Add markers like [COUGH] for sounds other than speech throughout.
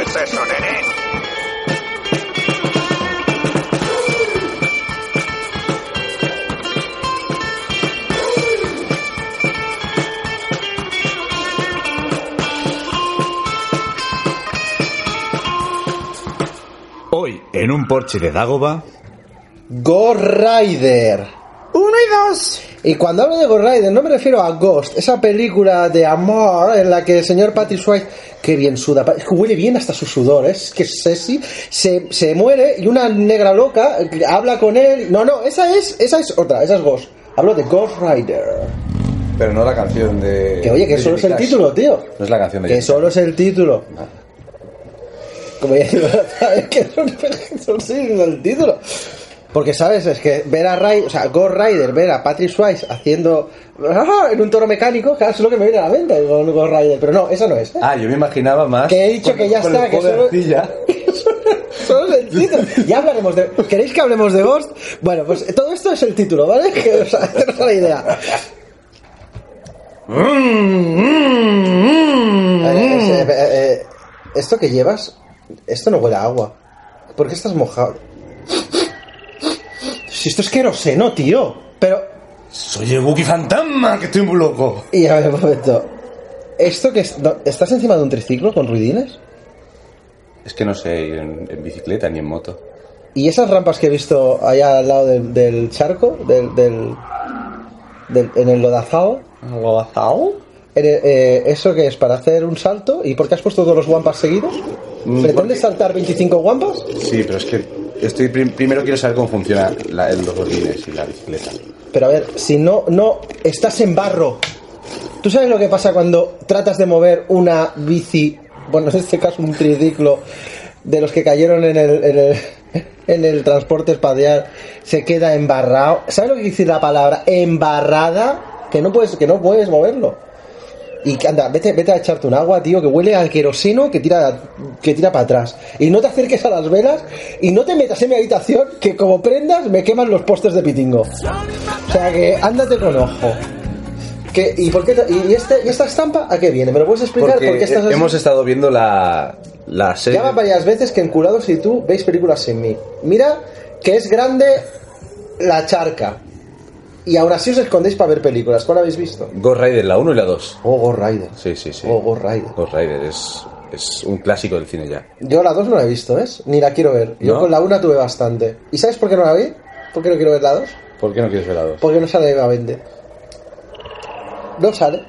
eso, nene. Hoy, en un porche de Dagoba, Ghost Rider. Uno y dos. Y cuando hablo de Ghost Rider no me refiero a Ghost, esa película de amor en la que el señor Patty Swayze, que bien suda, pa- huele bien hasta su sudor, es que es sexy, se, se muere y una negra loca eh, habla con él. No, no, esa es, esa es otra, esa es Ghost. Hablo de Ghost Rider. Pero no la canción de. Que oye, que de solo Johnny es el Cash. título, tío. No es la canción de. Que Johnny solo es el título. Cash. Como ya digo, [LAUGHS] es que son, [LAUGHS] son signos el título. Porque, ¿sabes? Es que ver a Ray, o sea, Ghost Rider, ver a Patrick Swayze haciendo... ¡ah! en un tono mecánico, claro, es lo que me viene a la mente con Ghost Rider. Pero no, esa no es. ¿eh? Ah, yo me imaginaba más. Que he dicho con- que ya con está, el que juego de solo- arcilla. [LAUGHS] Solo es el título. Ya hablaremos de... ¿Queréis que hablemos de Ghost? Bueno, pues todo esto es el título, ¿vale? [LAUGHS] Que os haceros a la idea. Eh, es- eh, eh, eh, esto que llevas, esto no huele a agua. ¿Por qué estás mojado? Si esto es queroseno, tío. Pero... Soy el Wookiee Fantasma, que estoy muy loco. Y a ver, un momento. ¿Esto que es- no, estás encima de un triciclo con ruidines? Es que no sé ir en, en bicicleta ni en moto. ¿Y esas rampas que he visto allá al lado del, del charco? Del, del, del- en el lodazao. En el- eh, ¿Eso que es? ¿Para hacer un salto? ¿Y por qué has puesto todos los guampas seguidos? Mm, ¿Pretendes porque- saltar 25 guampas? Sí, pero es que estoy prim- primero quiero saber cómo funcionan la- los botines y la bicicleta. Pero a ver, si no, no, estás en barro. ¿Tú sabes lo que pasa cuando tratas de mover una bici, bueno, en este caso un triciclo, de los que cayeron en el, en el, [LAUGHS] en el transporte espacial, se queda embarrado? ¿Sabes lo que dice la palabra embarrada? Que no puedes, que no puedes moverlo. Y que anda, vete, vete a echarte un agua, tío, que huele a queroseno que tira, que tira para atrás. Y no te acerques a las velas y no te metas en mi habitación, que como prendas me queman los postes de pitingo. O sea que ándate con ojo. Que, ¿Y por qué te- y, este, y esta estampa a qué viene? ¿Me lo puedes explicar? Porque por qué estás así? hemos estado viendo la, la serie. Ya va varias veces que enculados y tú veis películas sin mí. Mira que es grande la charca. Y ahora sí os escondéis para ver películas. ¿Cuál habéis visto? Ghost Rider, la 1 y la 2. Oh, Ghost Rider. Sí, sí, sí. Oh, Ghost Rider. Ghost Rider es, es un clásico del cine ya. Yo la 2 no la he visto, ¿ves? Ni la quiero ver. Yo ¿No? con la 1 tuve bastante. ¿Y sabes por qué no la vi? ¿Por qué no quiero ver la 2? ¿Por qué no quieres ver la 2? Porque no sale Eva Méndez. No sale.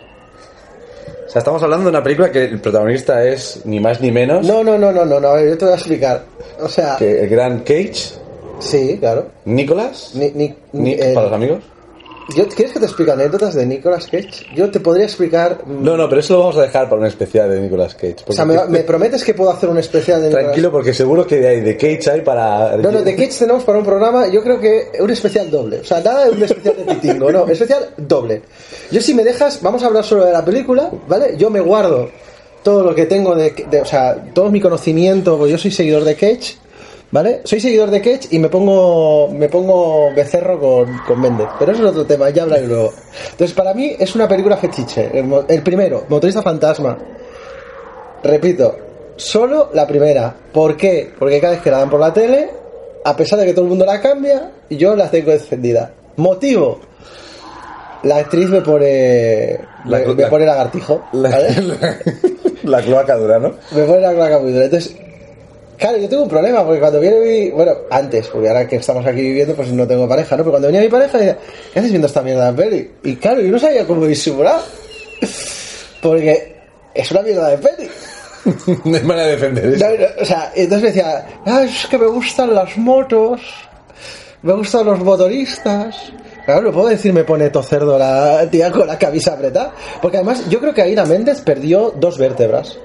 O sea, estamos hablando de una película que el protagonista es ni más ni menos No, no, no, no, no, no. a ver, Yo te voy a explicar. O sea, que el gran Cage, sí, claro. Nicholas, Ni, ni, ni- Nick eh, para los amigos. yo- ¿Quieres que te explique anécdotas de Nicolas Cage? Yo te podría explicar. mm, No, no, pero eso lo vamos a dejar para un especial de Nicolas Cage. o porque- sea, me, me prometes que puedo hacer un especial de Nicolas Tranquilo, porque seguro que de ahí de Cage hay para. No, no, de Cage tenemos para un programa, yo creo que un especial doble. O sea, nada de un especial de Titingo, no, especial doble. Yo si me dejas, vamos a hablar solo de la película, ¿vale? Yo me guardo todo lo que tengo de, de- o sea, todo mi conocimiento, porque yo soy seguidor de Cage, ¿vale? Soy seguidor de Cage y me pongo me pongo becerro con, con Méndez, pero eso es otro tema, ya hablaré luego. Entonces, para mí es una película fetiche. El, mo- el primero, Motorista Fantasma. Repito, solo la primera. ¿Por qué? Porque cada vez que la dan por la tele, a pesar de que todo el mundo la cambia, yo la tengo encendida. Motivo. La actriz me pone. La- me, me la- pone lagartijo. La, [LAUGHS] ¿vale? la, la cloaca dura, ¿no? [LAUGHS] me pone la placa muy dura. Entonces, claro, yo tengo un problema, porque cuando viene mi. Bueno, antes, porque ahora que estamos aquí viviendo, pues no tengo pareja, ¿no? Pero cuando venía mi pareja, decía, ¿qué haces viendo esta mierda de peli? Y claro, yo no sabía cómo disimular. Porque es una mierda de peli. No hay manera de defender eso. No, no, o sea, entonces me decía, "Ah, es que me gustan las motos, me gustan los motoristas. Claro, no puedo decir me pone tocerdo la tía con la camisa apretada. Porque además yo creo que Aira Méndez perdió dos vértebras.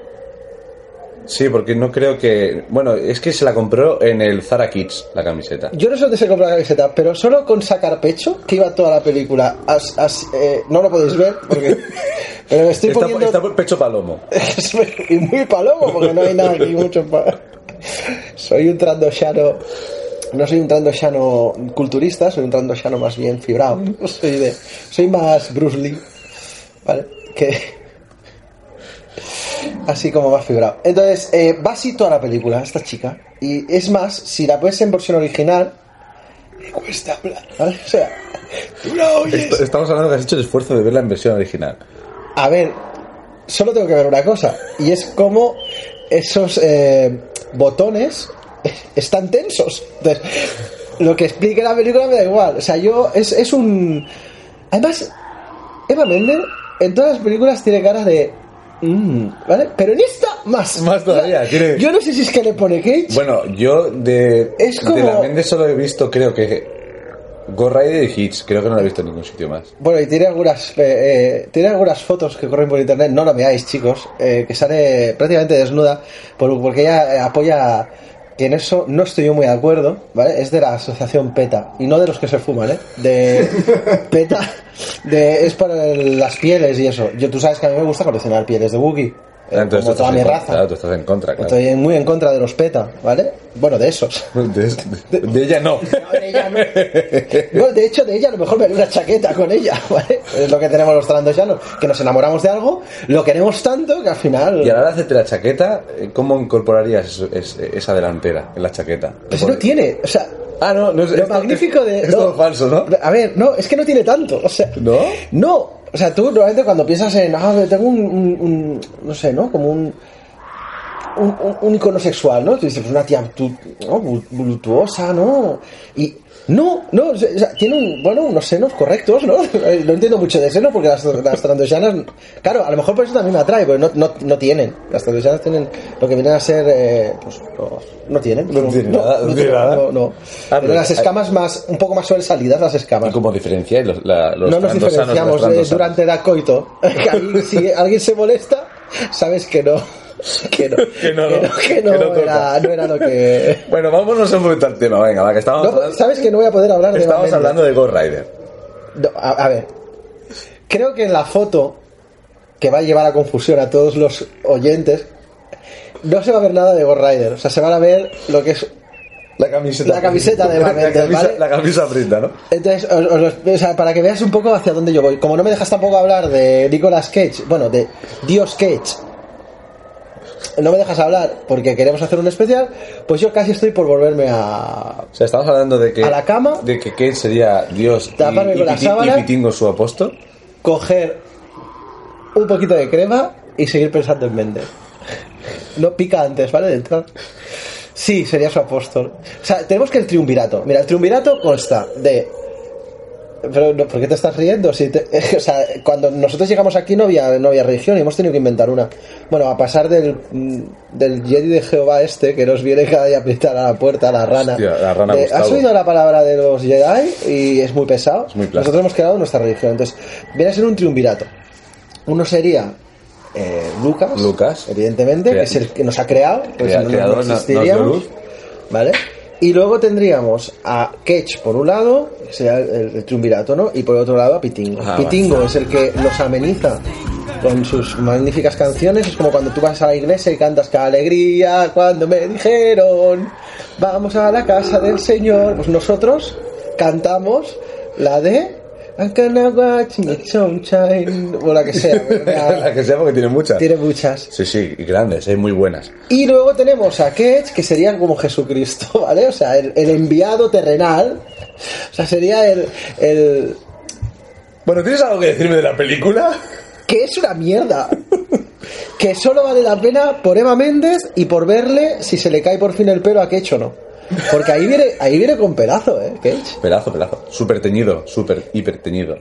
Sí, porque no creo que. Bueno, es que se la compró en el Zara Kids, la camiseta. Yo no sé dónde se compró la camiseta, pero solo con sacar pecho, que iba toda la película, as- as- eh, no lo podéis ver, [LAUGHS] porque... Pero me estoy Está, poniendo... está por pecho palomo. [LAUGHS] y muy palomo, porque no hay nada aquí mucho pa- Soy un trandoshano. No soy un trandoshano culturista, soy un trandoshano más bien fibrado. Soy, de, soy más Bruce Lee. ¿Vale? Que. Así como más fibrado. Entonces, eh, va así toda la película, esta chica. Y es más, si la ves en versión original, me cuesta hablar. ¿vale? O sea, tú la oyes. Esto- estamos hablando que has hecho el esfuerzo de ver la versión original. A ver, solo tengo que ver una cosa, y es como esos eh, botones están tensos. Entonces, lo que explique la película me da igual. O sea, yo. Es, es un. Además, Eva Mender en todas las películas tiene cara de. "Mm", ¿Vale? Pero en esta, más. Más todavía, tiene- Yo no sé si es que le pone Cage. Bueno, yo de, Es de como- la Méndez solo he visto, creo que. Ghost Rider y Hitch, creo que no la he visto en ningún sitio más. Bueno, y tiene algunas, eh, eh, tiene algunas fotos que corren por internet, no la veáis, chicos, eh, que sale prácticamente desnuda, por- porque ella eh, apoya, que en eso no estoy yo muy de acuerdo, ¿vale? Es de la asociación PETA, y no de los que se fuman, ¿eh? [LAUGHS] De PETA, de, es para el- las pieles y eso. Yo, tú sabes que a mí me gusta coleccionar pieles de Wookiee, eh, Entonces como tú toda estás mi en contra, raza. Claro, tú estás en contra, claro. Estoy muy en contra de los PETA, ¿vale? Bueno, Pues de esos. De, de ella no. de ella no. No, de hecho, de ella a lo mejor me haré una chaqueta con ella, [LAUGHS] ¿vale? Es lo que tenemos los trandoyanos, que nos enamoramos de algo, lo queremos tanto que al final... Y a la hora de hacerte la chaqueta, eh, ¿cómo incorporarías eso- es- esa delantera en la chaqueta? Pues no tiene, o sea... Ah, no, no es Lo esto- magnífico de... Es, es todo no. falso, ¿no? A ver, no, es que no tiene tanto, o sea... ¿No? No, o sea, tú normalmente cuando piensas en... Ah, tengo un, un- un- No sé, ¿no? Como un... Un, un- un icono sexual, ¿no? Tú dices, pues una tía tu- ¿no? Bu- voluptuosa, ¿no? Y... No, no, o sea, tiene un, bueno, unos senos correctos, ¿no? [LAUGHS] Eh, No entiendo mucho de senos porque las, las trandoyanas, claro, a lo mejor por eso también me atrae, porque no, no, no tienen. Las trandoyanas tienen lo que vienen a ser, eh, pues, no, no tienen. No tienen nada, no tienen nada. No, no. Ah, Pero pero las hay- escamas más, un poco más sobresalidas las ¿Y escamas. cómo diferenciáis los, la, los no nos trandosanos de los diferenciamos eh, trandosanos? durante el coito. [LAUGHS] Que ahí, si alguien se molesta, sabes que no. Que no, [LAUGHS] Que no, que no, que no que no era, toca. no era lo [LAUGHS] que. Bueno, vámonos a enfrentar el tema, venga, va, que estábamos, No, hablando- sabes que no voy a poder hablar de Van estábamos Mendes. hablando de Ghost Rider. No, a, a ver. Creo que en la foto que va a llevar a confusión a todos los oyentes, no se va a ver nada de Ghost Rider. O sea, se van a ver lo que es. La camiseta. La camiseta de Van [LAUGHS] la, Mendes, camisa, ¿vale? la camisa frita, ¿no? Entonces, os- os lo- o sea, para que veas un poco hacia dónde yo voy. Como no me dejas tampoco hablar de Nicolas Cage, bueno, de Dios Cage, no me dejas hablar porque queremos hacer un especial, pues yo casi estoy por volverme a. O sea, estamos hablando de que. A la cama. De que Kate sería Dios y, Taparme y con la Piti- sábana. y Pitingo su apóstol. coger un poquito de crema y seguir pensando en vender. No pica antes, ¿vale? De entrar. Sí, sería su apóstol. O sea, tenemos que el triunvirato. Mira, el triunvirato consta de. Pero, no, ¿Por qué te estás riendo? Si te- [LAUGHS] o sea, cuando nosotros llegamos aquí no había, no había religión y hemos tenido que inventar una. Bueno, a pasar del, mm, del Jedi de Jehová este que nos viene cada día a pintar a la puerta, a la rana. Hostia, la rana De- ¿Has Gustavo. oído la palabra de los Jedi? Y es muy pesado. muy plástico. Nosotros hemos quedado en nuestra religión. Entonces, viene a ser un triunvirato. Uno sería eh, Lucas, Lucas. evidentemente, que es el que nos ha creado, pues Crea- si no, creador, no nos- nos existiríamos, dio luz. ¿vale? Y luego tendríamos a Ketch por un lado, que sería el, el triunvirato, ¿no? Y por otro lado a Pitingo. Ah, Pitingo es el que nos ameniza con sus magníficas canciones. Es como cuando tú vas a la iglesia y cantas ¡Qué alegría! Cuando me dijeron ¡Vamos a la casa del Señor! Pues nosotros cantamos la de... I gonna watch the sunshine, o la que [LAUGHS] sea. la ¿verdad? que sea porque tiene muchas. Tiene muchas. Sí, sí, y grandes, hay muy buenas. Y luego tenemos a Ketch, que sería como Jesucristo, [LAUGHS] ¿vale? O sea, el, el enviado terrenal. O sea, sería el, el- Bueno, ¿tienes algo que decirme de la película? que es una mierda. Que solo vale la pena por Eva Méndez y por verle si se le cae por fin el pelo a Ketch o no. Porque ahí viene, ahí viene con pelazo, ¿eh? Ketch. Pelazo, pelazo. Súper teñido, súper, hiper teñido.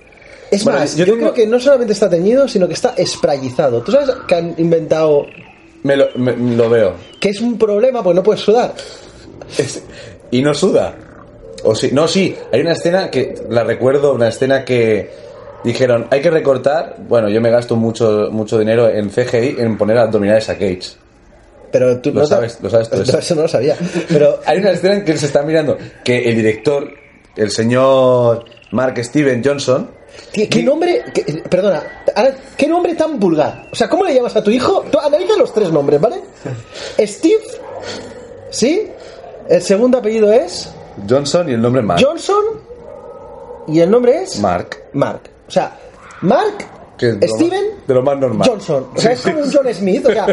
Es Bueno, más, yo, yo tengo- creo que no solamente está teñido, sino que está sprayizado. ¿Tú sabes que han inventado Me lo, me- lo veo. que es un problema porque no puedes sudar? Es- y no suda. O sí, no, sí, hay una escena que la recuerdo, una escena que dijeron, hay que recortar, bueno, yo me gasto mucho mucho dinero en CGI en poner abdominales a Cage. Pero tú no Lo te- sabes, lo sabes tú eso. [LAUGHS] Eso no lo sabía. Pero Hay una escena en que se está mirando que el director, el señor Mark Steven Johnson, ¿Qué, qué nombre? qué- eh, perdona, ahora, ¿qué nombre tan vulgar? O sea, ¿cómo le llamas a tu hijo? Tú analiza los tres nombres, ¿vale? Steve, ¿sí? El segundo apellido es Johnson y el nombre Mark. Johnson y el nombre es Mark. Mark. O sea, Mark que es de lo Steven más- de lo más normal. Johnson. O sea, es como un John Smith. O sea,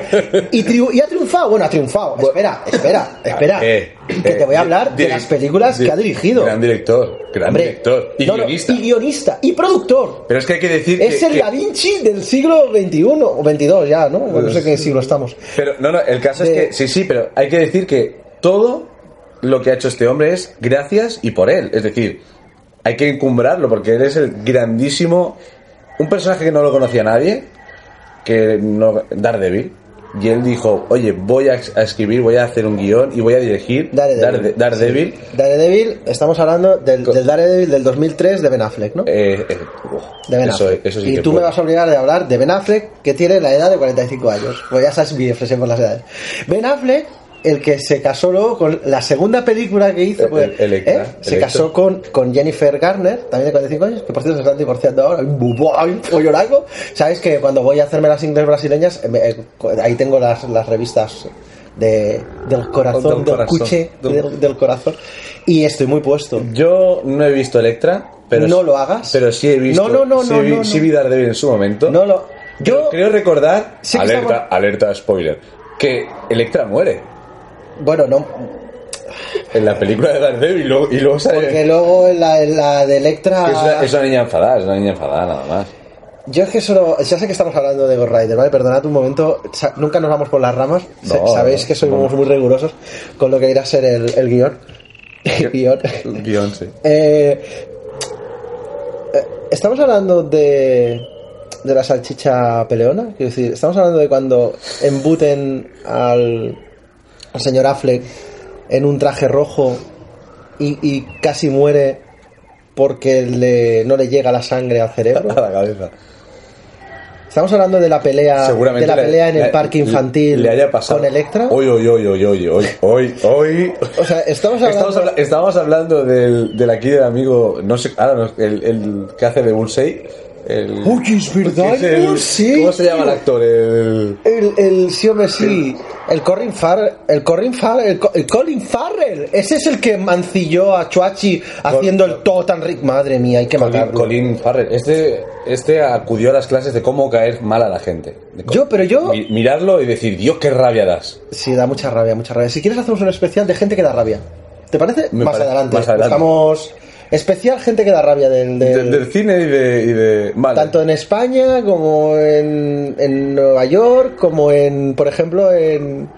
y, triu- y ha triunfado. Bueno, ha triunfado. espera, [LAUGHS] espera, espera. Eh, que te voy a eh, hablar de direc- las películas que di- ha dirigido. Gran director, gran Hombre, director y no, no, guionista. y guionista. Y productor. Pero es que hay que decir Es que, el que- Da Vinci del siglo XXI o XXII ya, ¿no? Pues No sé qué siglo estamos. Pero no, no, el caso De- es que sí, sí, pero hay que decir que todo lo que ha hecho este hombre es gracias y por él. Es decir, hay que encumbrarlo porque él es el grandísimo. Un personaje que no lo conocía nadie, que no. Daredevil. Y él dijo, oye, voy a, a escribir, voy a hacer un guión y voy a dirigir Daredevil. Darede- Daredevil. Daredevil, estamos hablando del, Co- del Daredevil del 2003 de Ben Affleck, ¿no? Eh, eh, uf, De Ben eso, Affleck. eso sí y que tú me puedo. vas a obligar a hablar de Ben Affleck, que tiene la edad de 45 años. Pues ya sabes, bien, ofrecemos las edades. Ben Affleck, el que se casó luego con la segunda película que hizo, El- pues, el- Electra, ¿eh? se Electra. casó con, con Jennifer Garner, también de 45 años, que por cierto se están divorciando ahora. ¡Ay, follonaco! Sabes que cuando voy a hacerme las ingles brasileñas, eh, me- eh, co- ahí tengo las, las revistas. De, del corazón, Del del, corazón. cuche, Del- del- del corazón. Y estoy muy puesto. Yo no he visto Electra, pero No lo hagas. Pero sí he visto. No, no, no, sí no, vi, no, sí no. vi Daredevil en su momento. No lo. Pero Yo. creo recordar. Sí que alerta, estamos- alerta, spoiler. Que Electra muere Bueno, no, en la película de Daredevil y luego, y luego sale. Porque luego en la, en la de Electra. que es, una, es una niña enfadada, es una niña enfadada nada más. Yo es que solo. Ya sé que estamos hablando de Ghost Rider, ¿vale? Perdonad un momento. sa- Nunca nos vamos por las ramas. Sa- No, Sabéis no, que somos no. muy rigurosos con lo que irá a ser el, el guión. [LAUGHS] El guión. Guión, sí. Eh, eh, estamos hablando de. De la salchicha peleona. Quiero decir, estamos hablando de cuando embuten al. al señor Affleck en un traje rojo y, y casi muere porque le- no le llega la sangre al A cerebro. la cabeza. Estamos hablando de la pelea, Seguramente. Ah, de la le- pelea en el le- parque le- infantil Le haya pasado. con Electra. Hoy, hoy, hoy, hoy, hoy, hoy, hoy, hoy. O sea, estamos hablando. Estamos, habla- estábamos hablando del, del aquí del amigo, no sé, ahora no, el, el que hace de Bullseye. El, Uy, es verdad, que el- Bullseye, ¿Cómo se llama el tío. actor? El, El, el sí, hombre, sí. El Corrin Farrell. El Corrin Farrell. El, Co- el Colin Farrell. Ese es el que mancilló a Chuachi haciendo el todo tan rico. Madre mía, hay que Colin, matarlo. Colin Farrell. Este, este acudió a las clases de cómo caer mal a la gente. De cómo- Yo, pero yo. Mi- mirarlo y decir, Dios, qué rabia das. Sí, da mucha rabia, mucha rabia. Si quieres, hacemos un especial de gente que da rabia. ¿Te parece? Me más, parece, adelante. más adelante. Buscamos especial gente que da rabia del. del- Del, del cine y de. y de- vale. Tanto en España como en, en Nueva York, como en, por ejemplo, en,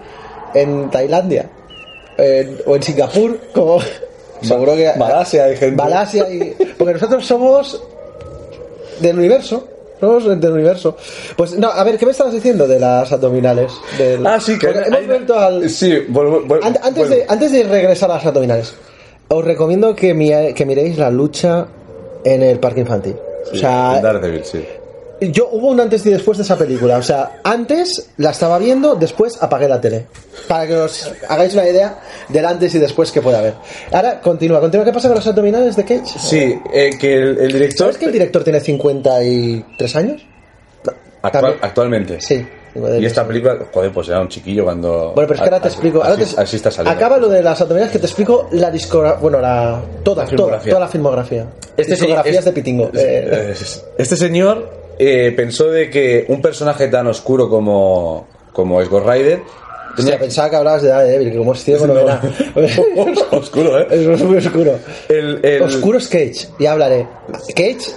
en Tailandia. En- o en Singapur, como [LAUGHS] seguro que... Malasia hay gente. Malasia y- Porque nosotros somos del universo. Somos del universo. Pues no, a ver, ¿qué me estabas diciendo de las abdominales? Del- Ah, sí, que. Porque hay- hemos hay- vuelto al... Sí, vuelvo- vuelvo- An- antes, vuelvo. de, antes de regresar a las abdominales, os recomiendo que, mi- que miréis la lucha en el parque infantil. o Sí, sea, Daredevil, sí. yo hubo un antes y después de esa película. O sea, antes la estaba viendo, después apagué la tele. Para que os hagáis una idea del antes y después que puede haber. Ahora, continúa, continúa. ¿Qué pasa con los abdominales de Cage? Sí, eh, que el, el director. ¿Sabes que el director tiene 53 años? Actual- también- actualmente. Sí. Y esta película, joder, pues era un chiquillo cuando. Bueno, pero es que ahora te así- explico. Ahora así, te- así está saliendo. Acaba lo de las abdominales que te explico la discografía. Bueno, la. Toda, toda, La filmografía. toda la filmografía. Este Discografías señor- es- de Pitingo. es- Eh, es- Este señor eh, pensó de que un personaje tan oscuro como, como es Ghost Rider hostia, tenía pensaba que hablabas de Daredevil, que como es ciego no, No. verá. [LAUGHS] oscuro, ¿eh? [LAUGHS] es muy oscuro. El, el- Oscuro es Cage, ya hablaré. Cage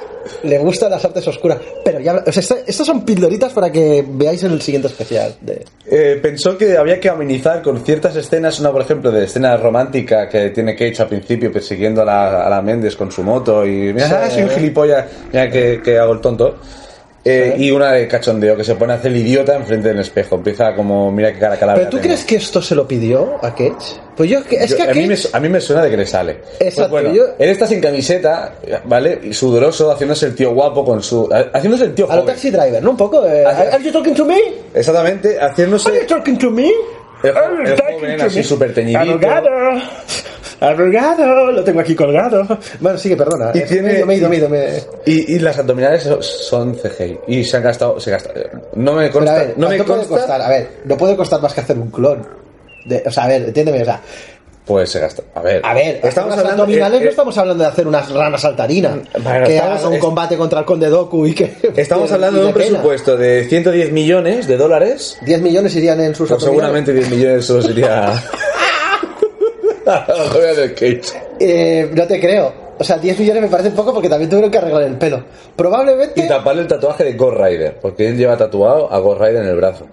le gustan las artes oscuras, pero ya habla- o sea, esta- estas son pildoritas para que veáis en el siguiente especial. de- eh, pensó que había que amenizar con ciertas escenas, una por ejemplo de escena romántica que tiene Cage al principio persiguiendo a la, a la Méndez con su moto y mira, Sí. "Ah, soy un gilipollas, mira que, que hago el tonto. Eh, Y una de cachondeo que se pone a hacer el idiota enfrente del espejo. Empieza como, mira qué cara calabra Pero tú tengo". crees que esto se lo pidió a Cage? Pues yo es Yo- que a a, mí Cage me, su- a mí me suena de que le sale. Pues Exacto, bueno, yo- Él está sin camiseta, ¿vale? Y sudoroso, haciéndose el tío guapo con su. ha- Haciéndose el tío a lo joven. Ah, taxi driver, ¿no? Un poco. eh, Hace- Are you talking to me? Exactamente, Are you haciéndose. talking to me? El jo- Are you el talking joven to así me? súper teñidito. Arrugado. Arrugado. Lo tengo aquí colgado. Bueno, sigue, perdona. Y eh, tiene- me he ido, me he ido, me he ido, me- Y, y las abdominales son- son CGI. Y se han gastado. Se gasta, no me Pero consta. a ver, no me ¿cuánto puede consta. costar? A ver, no puede costar más que hacer un clon. De- o sea, a ver, entiéndeme, o sea, pues se gasta. A ver, A ver, estamos hablando abdominales, eh, no eh, estamos hablando de hacer unas ranas saltarinas Bueno, que estamos- haga un es- combate contra el conde Doku y que eh, [LAUGHS] Estamos y hablando de un pena. presupuesto de 110 millones de dólares. 10 millones irían en sus Pues abdominales. seguramente 10 millones solo sería. [LAUGHS] Joder, el Cage. Eh, no te creo. O sea, 10 millones me parece poco porque también tuvieron que arreglar el pelo. Y Probablemente. taparle el tatuaje de Ghost Rider, porque él lleva tatuado a Ghost Rider en el brazo.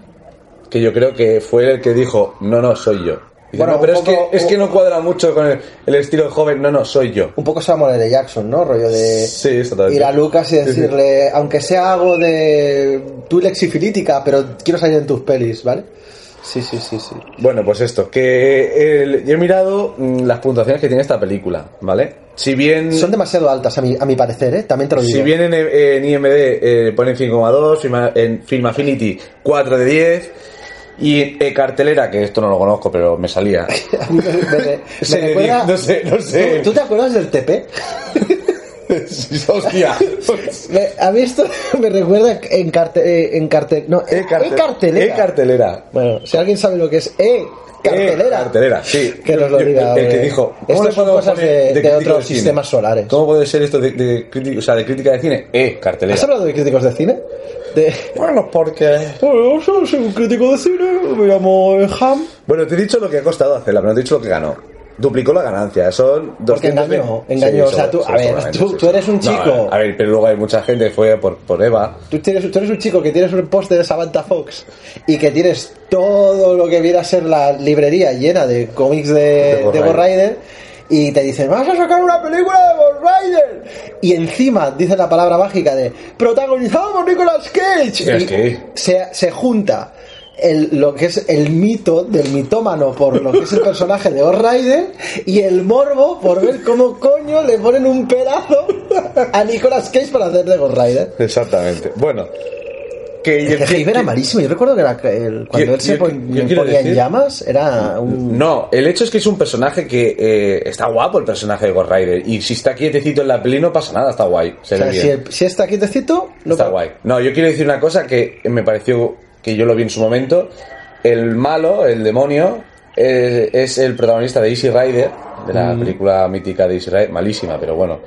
Que yo creo que fue el que dijo, no, no, soy yo. Y dice, Bueno, "No, pero un es, poco- que, es que no cuadra mucho con el, el estilo joven, no, no, soy yo. Un poco Samuel L. Jackson, ¿no? Rollo de Sí, exactamente. ir a Lucas y Sí, sí. decirle, aunque sea algo de tu lexifilítica, pero quiero salir en tus pelis, ¿vale? Sí, sí, sí, sí. Bueno, pues esto, que el- yo he mirado mm, las puntuaciones que tiene esta película, ¿vale? Si bien... Son demasiado altas a mi, a mi parecer, ¿eh? También te lo digo. Si bien en, en IMD eh, ponen 5,2, Film- en Film Affinity 4 de 10, y en e cartelera, que esto no lo conozco, pero [LAUGHS] me salía. me, me- me [LAUGHS] Se le recuerda- dijo- no sé, no sé. ¿Tú, tú te acuerdas del TP? Hostia. Me- a mí esto [LAUGHS] me recuerda en cartel... en carte- no, E carte- cartelera. E cartelera. bueno, si alguien sabe lo que es E cartelera. Eh, cartelera, sí. Que nos lo Yo- diga. El que hombre. dijo. Estas le son podemos cosas poner de, de crítico otros cine? sistemas solares. ¿Cómo puede ser esto de, de crítico- o sea, de crítica de cine? Eh, cartelera. ¿Has hablado de críticos de cine? De... Bueno, porque. Bueno, yo soy un crítico de cine, me llamo Ham. Bueno, te he dicho lo que ha costado hacerla, pero no te he dicho lo que ganó. Duplicó la ganancia, son 200... Porque engañó, engañó, o sea, sobre- tú- a sobre- ver, seguramente, tú- tú eres un No, chico. a ver, pero luego hay mucha gente que fue por, por Eva. Tú, tienes, tú eres un chico que tienes un póster de Samantha Fox y que tienes todo lo que viera a ser la librería llena de cómics de, De Ghost de Ghost Rider y te dicen, vas a sacar una película de Ghost Rider. Y encima dicen la palabra mágica de, protagonizado por Nicolas Cage. Es Y que- se, se junta el, lo que es el mito del mitómano por lo que es el personaje de Ghost Rider y el morbo por ver cómo coño le ponen un pedazo a Nicolas Cage para hacer de Ghost Rider. Exactamente. Bueno. Que, El que- Heiber era malísimo. Yo recuerdo que era el- cuando Yo- él se yo- pon- yo quiero ponía en decir- Mm, llamas, era un. No, el hecho es que es un personaje que eh, está guapo el personaje de Ghost Rider. Y si está quietecito en la peli no pasa nada, está guay. Se o sea, ve bien. si, el- si está quietecito, no Está pa- guay. No, yo quiero decir una cosa que me pareció que yo lo vi en su momento. El malo, el demonio, eh, es el protagonista de Easy Rider, de la Mm. película mítica de Easy Rider, malísima, pero bueno.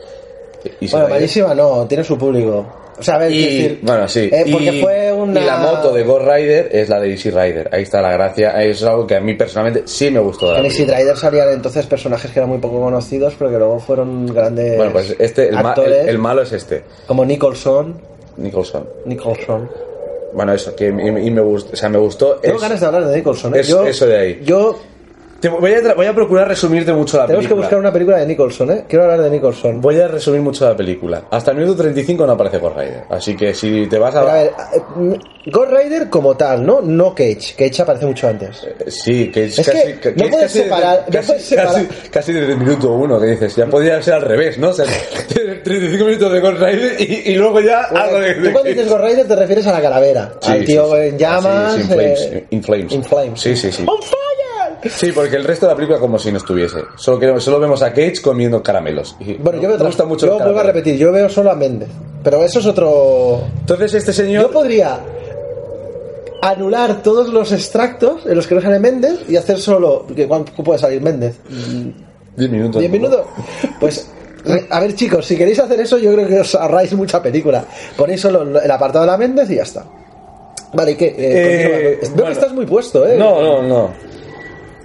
Easy Bueno, Rider. malísima no, tiene su público. O sea, a ver, Y, quiero decir, bueno, sí. eh, porque y, fue una. y la moto de Ghost Rider es la de Easy Rider. Ahí está la gracia. Es algo que a mí personalmente sí me gustó. de la En Easy película. Rider salían entonces personajes que eran muy poco conocidos, pero que luego fueron grandes. Bueno, pues este, el, ma- actores, el- el malo es este, Como Nicholson. Nicholson. Nicholson. Bueno, eso, que y- y me gustó. O sea, me gustó. Tengo Es- ganas de hablar de Nicholson, ¿eh? es- eso de ahí. Yo. Te voy a, tra- voy a procurar resumirte mucho la Tenemos que película. buscar una película de Nicholson, ¿eh? Quiero hablar de Nicholson. Voy a resumir mucho la película. Hasta el minuto 35 no aparece Ghost Rider. Así que si te vas Pero a a... ver, eh, Ghost Rider como tal, ¿no? No Cage. Cage aparece mucho antes. Sí, que es, Es casi... que no puedes casi desde- separar- no casi- puedes separar. Casi, casi desde el minuto uno que dices. Ya podría ser al revés, ¿no? [LAUGHS] O sea, 35 minutos de Ghost Rider y, y luego ya algo Ah, de... Eh, Tú cuando dices Ghost Rider te refieres a la calavera. Sí, al tío sí, Ah, sí. en llamas. Así es, in flames, eh, in flames. in flames. Oh. Sí, sí, sí. ¡On fire! Sí, porque el resto de la película como si no estuviese. Solo, que, solo vemos a Cage comiendo caramelos. Y Bueno, yo me veo otra- gusta mucho Yo los vuelvo a caramelos. repetir, yo veo solo a Méndez. Pero eso es otro. Entonces este señor... Yo podría anular todos los extractos en los que no sale Méndez y hacer solo. que ¿Cuánto puede salir Méndez? 10 minutos. ¿Diez minutos? [LAUGHS] Pues, re- a ver, chicos, si queréis hacer eso, yo creo que os ahorráis mucha película. Ponéis solo lo- el apartado de la Méndez y ya está. Vale, ¿y qué? Eh, Eh, continúa. Veo bueno. que estás muy puesto, ¿eh? No, no, no.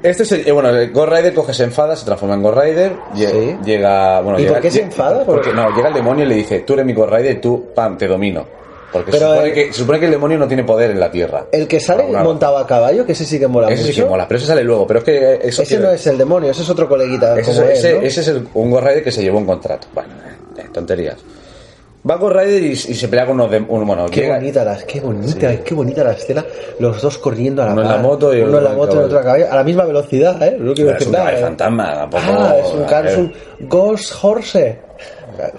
Este es el- eh, bueno, el Ghost Rider coge, se enfada, se transforma en Ghost Rider, lle- Sí. llega, bueno, ¿Y llega- por qué se lle- enfada? ¿Por Porque qué? no, llega el demonio y le dice, tú eres mi Ghost Rider, tú, pam, te domino. Porque se Pero, supone, eh, que, se supone que el demonio no tiene poder en la Tierra. El que sale Por alguna montado a caballo, que ese sí que mola razón. Ese sí mucho. que mola, pero ese sale luego, pero es que eh, eso Ese quiero- no es el demonio, ese es otro coleguita. ese, como es- él, ese- ¿no? ese es el- un Ghost Rider que se llevó un contrato. Bueno, eh, tonterías. Va Ghost Rider y, y se pelea con unos... dem- un- bueno, Qué llega- bonita, la, qué, bonita, qué bonita la escena, los dos corriendo a la Uno en par, la moto y uno en la otro moto y a otro a caballo. caballo, a la misma velocidad, ¿eh? No quiero Es decir un nada, caballo ¿eh? fantasma, tampoco- eh. Ah, es un, car- a es ver. un Ghost Horse.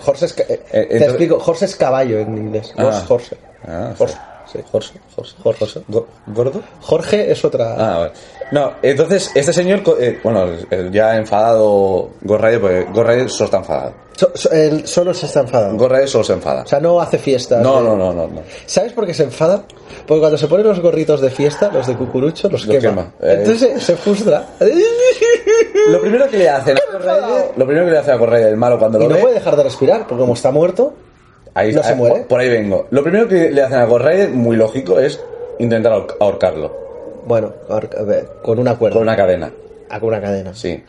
Horse es, ca- eh, entonces- te explico, Horse es caballo en inglés, Ghost Ah. Horse. Ah, Horse, sí. Jorge, Jorge, Jorge. Jorge. Go- ¿Gordo? Jorge es otra... Ah, vale. No, entonces este señor, co- eh, bueno, el ya enfadado Ghost Rider, porque Ghost Rider solo está enfadado. so- so- él solo se está enfadando. Ghost Rider solo se enfada. O sea, no hace fiestas. No, eh. no, no, no. no. ¿Sabes por qué se enfada? Porque cuando se ponen los gorritos de fiesta, los de cucurucho, los, Los quema. quema, eh. Entonces se [LAUGHS] frustra. Lo primero que le hacen a Corraider- lo primero que le hace a Corraider el malo cuando Y lo no ve, puede dejar de respirar, porque como está muerto, ahí, no se ahí- muere. Por ahí vengo. Lo primero que le hacen a Corraider, muy lógico, es intentar ahor- ahorcarlo bueno, ahor- a ver, con una cuerda, con una cadena. ah, con una cadena. Sí.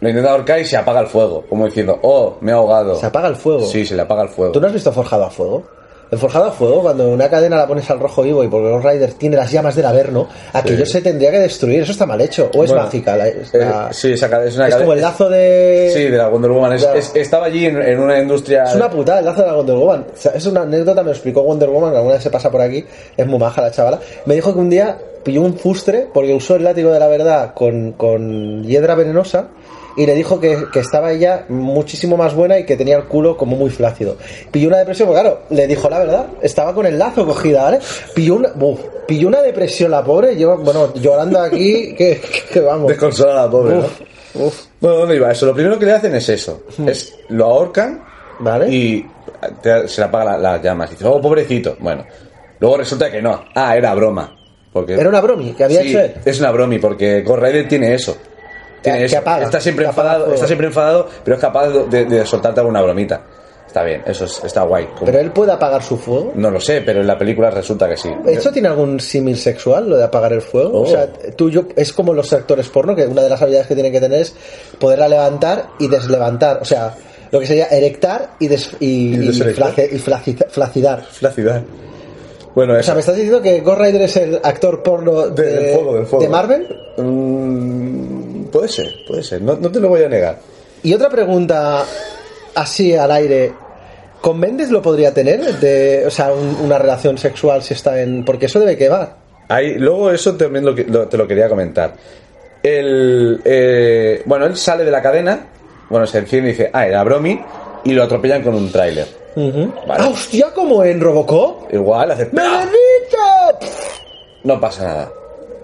Lo intenta ahorcar y se apaga el fuego, como diciendo, oh, me he ahogado. Se apaga el fuego. Sí, se le apaga el fuego. ¿Tú no has visto Forjado a Fuego? En Forjado a Fuego, cuando una cadena la pones al rojo vivo y porque los Rider tiene las llamas del Averno, aquello se tendría que destruir. Eso está mal hecho. O es Bueno, mágica. la- es eh, la- sí, esa cadena es una es cadena. como el lazo de. Sí, de la Wonder Woman. Es- Claro. es- estaba allí en, en una industria. Es una putada el lazo de la Wonder Woman. O sea, es una anécdota, me lo explicó Wonder Woman, que alguna vez se pasa por aquí, es muy maja la chavala. Me dijo que un día pilló un fustre porque usó el látigo de la verdad con, con hiedra venenosa y le dijo que, que estaba ella muchísimo más buena y que tenía el culo como muy flácido. Pilló una depresión, porque claro, le dijo la verdad, estaba con el lazo cogida, ¿vale? Pilló una, uf, pilló una depresión la pobre, yo, bueno, llorando aquí, [LAUGHS] que, que [LAUGHS] vamos. Desconsolada, pobre. ¿no? Uf, Hmm. uf, Bueno, ¿dónde iba eso? Lo primero que le hacen es eso. Es lo ahorcan ¿vale? y te- se le apaga la- las llamas. Dices, oh, pobrecito. Bueno, luego resulta que no. Ah, era broma. Porque Era una bromi que había Sí, hecho él. es una bromi porque Corraider tiene eso. Tiene Que eso. apaga, está siempre que apaga enfadado, fuego. está siempre enfadado, pero es capaz de, de soltarte alguna bromita. Está bien, eso es- está guay. Como- Pero él puede apagar su fuego. No lo sé, pero en la película resulta que sí. ¿Esto tiene algún símil sexual, lo de apagar el fuego? Oh. O sea, tú y yo, es como los actores porno, que una de las habilidades que tienen que tener es poderla levantar y deslevantar. O sea, lo que sería erectar y, des- y, Y y deserectar. flaci- y flaci- flacidar. la ciudad. Bueno, O sea, ¿me estás diciendo que Ghost Rider es el actor porno de, De- del fuego, del fuego. de Marvel? Mm, puede ser, puede ser. No, no te lo voy a negar. Y otra pregunta así al aire. ¿Con Méndez lo podría tener? De, o sea, un- una relación sexual si está en... Porque eso debe quemar. Ahí- luego eso también lo que- lo- te lo quería comentar. El, eh, bueno, él sale de la cadena, bueno, se enciende y dice, ah, era Bromi, y lo atropellan con un tráiler. Ujú. Vale. ¡Ah, hostia! Como en Robocop. Igual hace... ¡Me ¡pah! derrito! No pasa nada.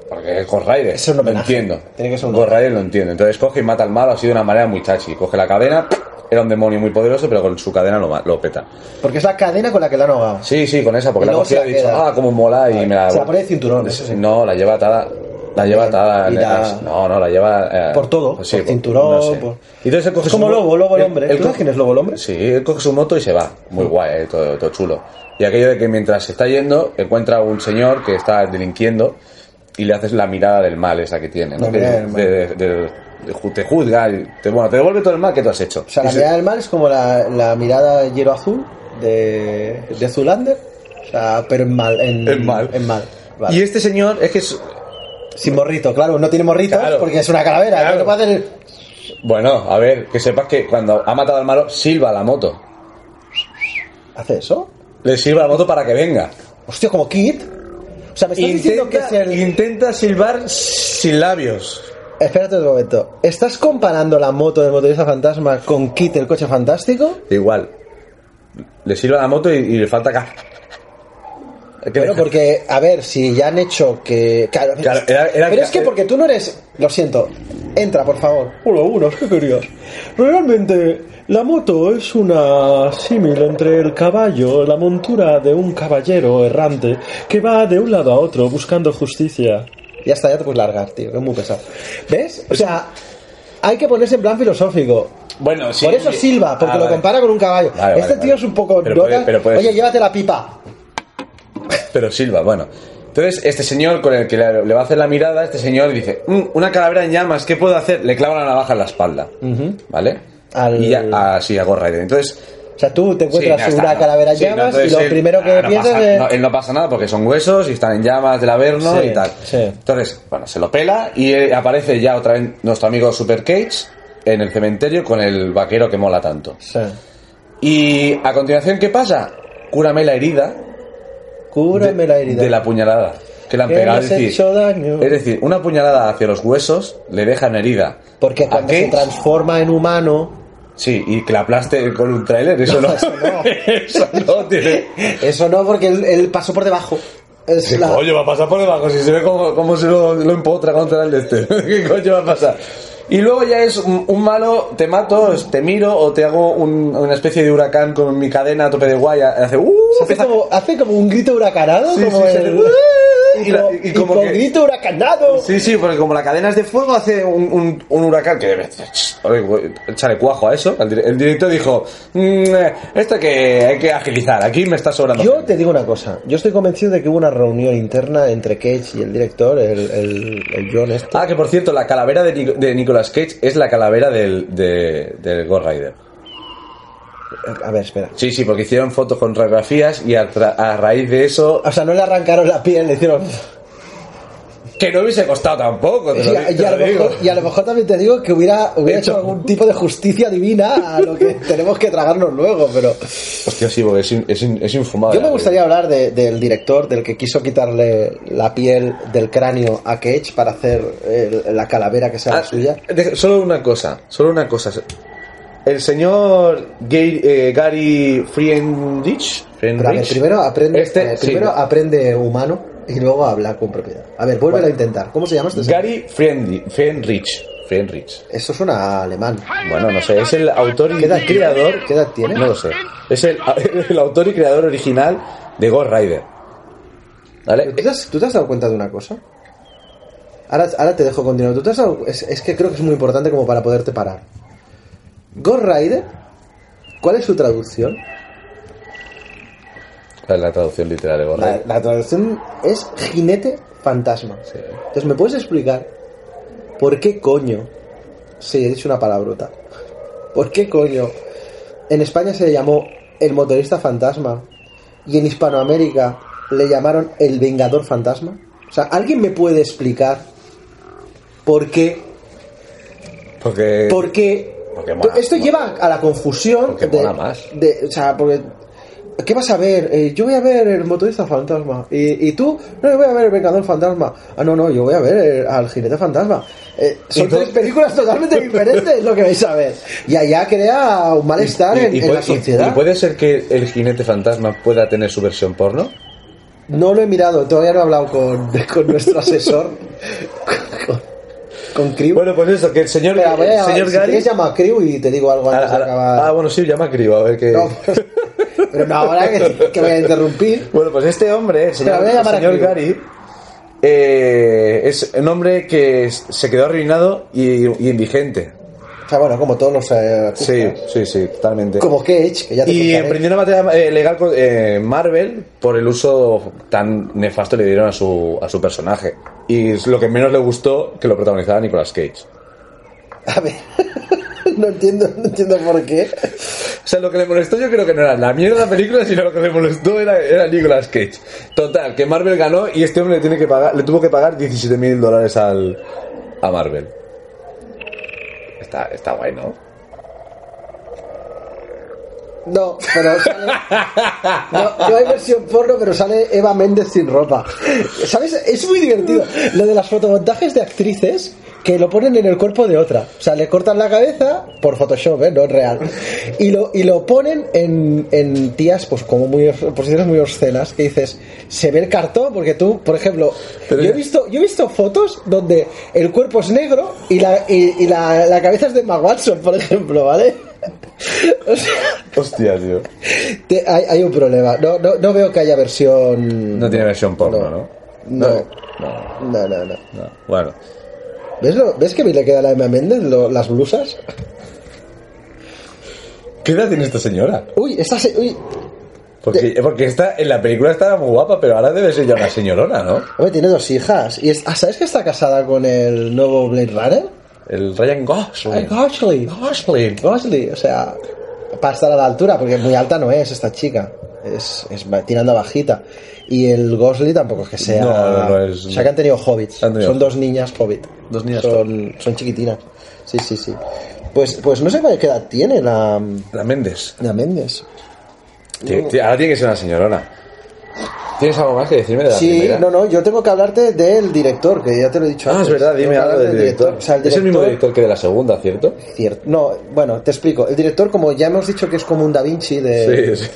Porque es Ghost Rider. Es un lo homenaje. entiendo. Tiene que ser un Ghost Rider lo entiendo. Entonces coge y mata al malo así de una manera muy chachi. Coge la cadena, era un demonio muy poderoso, pero con su cadena lo, ma- lo peta. Porque es la cadena con la que la han ahogado. Sí, sí, con esa, porque Y la ha luego se cogido y la ha dicho, queda. ah, como mola, y me la... Se la pone de cinturón, eso sí. No, la lleva atada. La lleva atada. Y en la- las- No, no, la lleva... eh, Por todo, pues por cinturón, por- Y entonces él coge Es como su mo- Lobo, Lobo el él- hombre. él ¿Tú coge- sabes quién es Lobo el hombre? Mm. Sí, él coge su moto y se va. Muy guay, eh, todo, todo chulo. Y aquello de que mientras se está yendo, encuentra a un señor que está delinquiendo y le haces la mirada del mal esa que tiene, ¿no? La Que mirada del mal. de- de- de- de- te juzga, y te, bueno, te devuelve todo el mal que tú has hecho. O sea, la Y se- mirada del mal es como la, la mirada de hielo azul de, de Zulander. O sea, pero en mal. En, En mal. en Vale. Y este señor es que es, Sin morrito, claro, no tiene morrito Claro. porque es una calavera. Claro. no puede hacer el- Bueno, a ver, que sepas que cuando ha matado al malo, silba la moto. ¿Hace eso? Le silba la moto para que venga. Hostia, como Kit. O sea, me estás diciendo que es el. intenta silbar sin labios. Espérate un momento. ¿Estás comparando la moto del motorista fantasma con Kit, el coche fantástico? Igual. Le silba la moto y, y le falta acá. Hay que Bueno, dejar- porque, a ver, si ya han hecho que. Claro, Claro, era- era- pero es que porque tú no eres. Lo siento. Entra, por favor. Hola, buenas, ¿qué querías? Realmente, la moto es una símil entre el caballo, la montura de un caballero errante que va de un lado a otro buscando justicia. Ya está, ya te puedes largar, tío, que es muy pesado. ¿Ves? O sea, hay que ponerse en plan filosófico. Bueno, sí. Por eso sí. silba, porque Ah, lo vale. compara con un caballo. Vale, este vale, tío vale. es un poco. Pero loca. puede- pero puede- Oye, llévate la pipa. Pero silba, bueno. Entonces, este señor con el que le, le va a hacer la mirada, este señor dice: "Mm, Una calavera en llamas, ¿qué puedo hacer? Le clava la navaja en la espalda. ¿Vale? Al- Y ya, así, a Ghost Rider. Entonces, O sea, tú te encuentras Sí, no, una está, no. calavera en Sí, no, llamas y entonces lo él- primero que ah, no piensas pasa- es... no, él no pasa nada porque son huesos y están en llamas del Averno Sí, y tal. sí. Entonces, bueno, se lo pela y eh, aparece ya otra vez nuestro amigo Super Cage en el cementerio con el vaquero que mola tanto. Sí. Y a continuación, ¿qué pasa? Cúrame la herida de, Cúrame la herida. de la puñalada que le han Que pegado. me Es has decir, hecho daño. es decir, una puñalada hacia los huesos le dejan herida. Porque ¿A cuando qué? se transforma en humano, Sí, y que la aplaste con un tráiler, eso no. eso no. [LAUGHS] eso no tiene. eso no, porque él, él pasó por debajo. Es ¿Qué la- [LAUGHS] coño va a pasar por debajo? Si se ve cómo, cómo se lo, lo empotra contra el de este. ¿Qué coño va a pasar? Y luego ya es un, un malo, te mato, es- te miro o te hago un- una especie de huracán con mi cadena a tope de guaya. Hace, ¡uh! Se hace, como, hace como un grito huracanado, Sí, como sí, el- sí. y, como, Y la- y y como con que- grito huracanado. Sí, sí, porque como la cadena es de fuego, hace un, un- un huracán que debe. Oye, güey, Échale cuajo a eso. El, dir- el director dijo: "Mm, eh, Esto que hay que agilizar, aquí me está sobrando. Yo te digo una cosa, yo estoy convencido de que hubo una reunión interna entre Cage y el director, el, el, el John este. Ah, que por cierto, la calavera de, Nic- de Nicolas Cage es la calavera del, de, del Ghost Rider. A ver, espera. Sí, sí, porque hicieron fotos con radiografías y a, tra- a raíz de eso. O sea, no le arrancaron la piel, le hicieron... Que no hubiese costado tampoco, te lo, Y a, di- y te a lo lo digo. mejor, y a lo mejor también te digo que hubiera, hubiera De hecho. hecho algún tipo de justicia divina a lo [LAUGHS] que tenemos que tragarnos luego, pero... Hostia, sí, porque es, in- es, in- es infumable. Yo me gustaría hablar de- del director, del que quiso quitarle la piel del cráneo a Cage para hacer eh, la calavera que sea Ah, la suya. deja- solo una cosa, solo una cosa. El señor Gay- eh, Gary Friendrich. Pero a ver, Friendrich. primero aprende, Este, eh, primero sí. aprende humano y luego habla con propiedad. A ver, vuelve a intentar. ¿Cómo se llama este? señor? Gary Friendri- Friendrich. Friendrich. Eso suena a alemán. Bueno, no sé, es el autor y ¿Qué edad tiene? creador. ¿Qué edad tiene? No lo sé. Es el, [LAUGHS] el autor y creador original de Ghost Rider. ¿Vale? ¿Tú te, has, tú te has dado cuenta de una cosa? Ahora, ahora te dejo continuar. ¿Tú te has dado- es, es que creo que es muy importante como para poderte parar. Ghost Rider, ¿cuál es su traducción? ¿Cuál es la traducción literal ¿eh, de Ghost La, Rider? la traducción es jinete fantasma. Sí. Entonces, ¿me puedes explicar por qué coño? Sí, he dicho una palabrota. ¿Por qué coño? En España se le llamó el motorista fantasma y en Hispanoamérica le llamaron el vengador fantasma. O sea, ¿alguien me puede explicar por qué? Porque. ¿Por qué? porque mola, Esto mola. lleva a la confusión. Porque de, mola más. de- o sea, porque. ¿Qué vas a ver? Eh, yo voy a ver el motorista fantasma. ¿Y, y tú? No, yo voy a ver el Vengador fantasma. Ah, no, no, yo voy a ver el- al jinete fantasma. Eh, son Y tú- tres películas totalmente diferentes lo que vais a ver. Y allá crea un malestar en, en puede, la sociedad. y puede ser que el jinete fantasma pueda tener su versión porno. No lo he mirado, todavía no he hablado con, [LAUGHS] con nuestro asesor. con, con Crew. Bueno, pues eso, que el señor, Espera, voy a el llamar- señor si Gary. quieres, llama a Crew y te digo algo antes Ahora- de ahora- acabar. ah, bueno, sí, llama a Criba, a ver qué. No, pero- [LAUGHS] pero no, ahora que, que voy a interrumpir. Bueno, pues este hombre, el señor, Espera, voy a el llamar a señor Criba. Gary, eh, es un hombre que es- se quedó arruinado y, y indigente. O sea, bueno, como todos los. eh, Sí, sí, sí, totalmente. Como Cage, que ya te y contaré. emprendió una batalla eh, legal con eh, Marvel por el uso tan nefasto que le dieron a su, a su personaje. Y es lo que menos le gustó que lo protagonizara Nicolas Cage. A ver. [LAUGHS] no, entiendo, no entiendo por qué. O sea, lo que le molestó yo creo que no era la mierda de la película, sino lo que le molestó era, era Nicolas Cage. Total, que Marvel ganó y este hombre le, tiene que pagar, le tuvo que pagar 17 mil dólares al, a Marvel. Está, está guay, ¿no? No, pero sale. No, no hay versión porno, pero sale Eva Méndez sin ropa. ¿Sabes? Es muy divertido. Lo de las fotomontajes de actrices que lo ponen en el cuerpo de otra. O sea, le cortan la cabeza por Photoshop, ¿eh? No es real. Y lo, y lo ponen en, en tías, pues como muy os- posiciones muy obscenas, que dices, se ve el cartón, porque tú, por ejemplo, Pero yo he ya- visto, yo he visto fotos donde el cuerpo es negro y la, y, y la, la cabeza es de Emma Watson, por ejemplo, ¿vale? O sea, Hostia, tío. te- hay, hay un problema. No, no, no veo que haya versión. No tiene versión porno, ¿no? No. No, No, no, no. no. Bueno. ¿Ves, lo- ¿Ves que a mí le queda la Emma Méndez lo- las blusas? ¿Qué edad tiene esta señora? Uy, esta se- uy. Porque, porque esta, en la película estaba muy guapa, pero ahora debe ser ya una señorona, ¿no? Hombre, tiene dos hijas. Y es, ah, ¿Sabes que está casada con el nuevo Blade Runner? El Ryan Ay, Gosling. Gosling. Gosling. Gosling. O sea, para estar a la altura, porque muy alta no es esta chica. Es, es ba- tirando a bajita. Y el Gosling tampoco es que sea. No, no, no, es- O sea, que han tenido hobbits. Han tenido- Son dos niñas hobbit. Dos niñas son, son chiquitinas. Sí, sí, sí. Pues, pues no sé cuál- qué edad tiene la, La Méndez. la Méndez. Tie- tie- Ahora tiene que ser una señorona. ¿Tienes algo más que decirme de la Sí, primera? no, no, yo tengo que hablarte del director, que ya te lo he dicho Ah, es antes. verdad, Tengo dime que algo hablarte del director. O sea, el Es el mismo director- director que de la segunda, ¿cierto? Cierto. No, bueno, te explico. El director, como ya hemos dicho que es como un Da Vinci de... sí.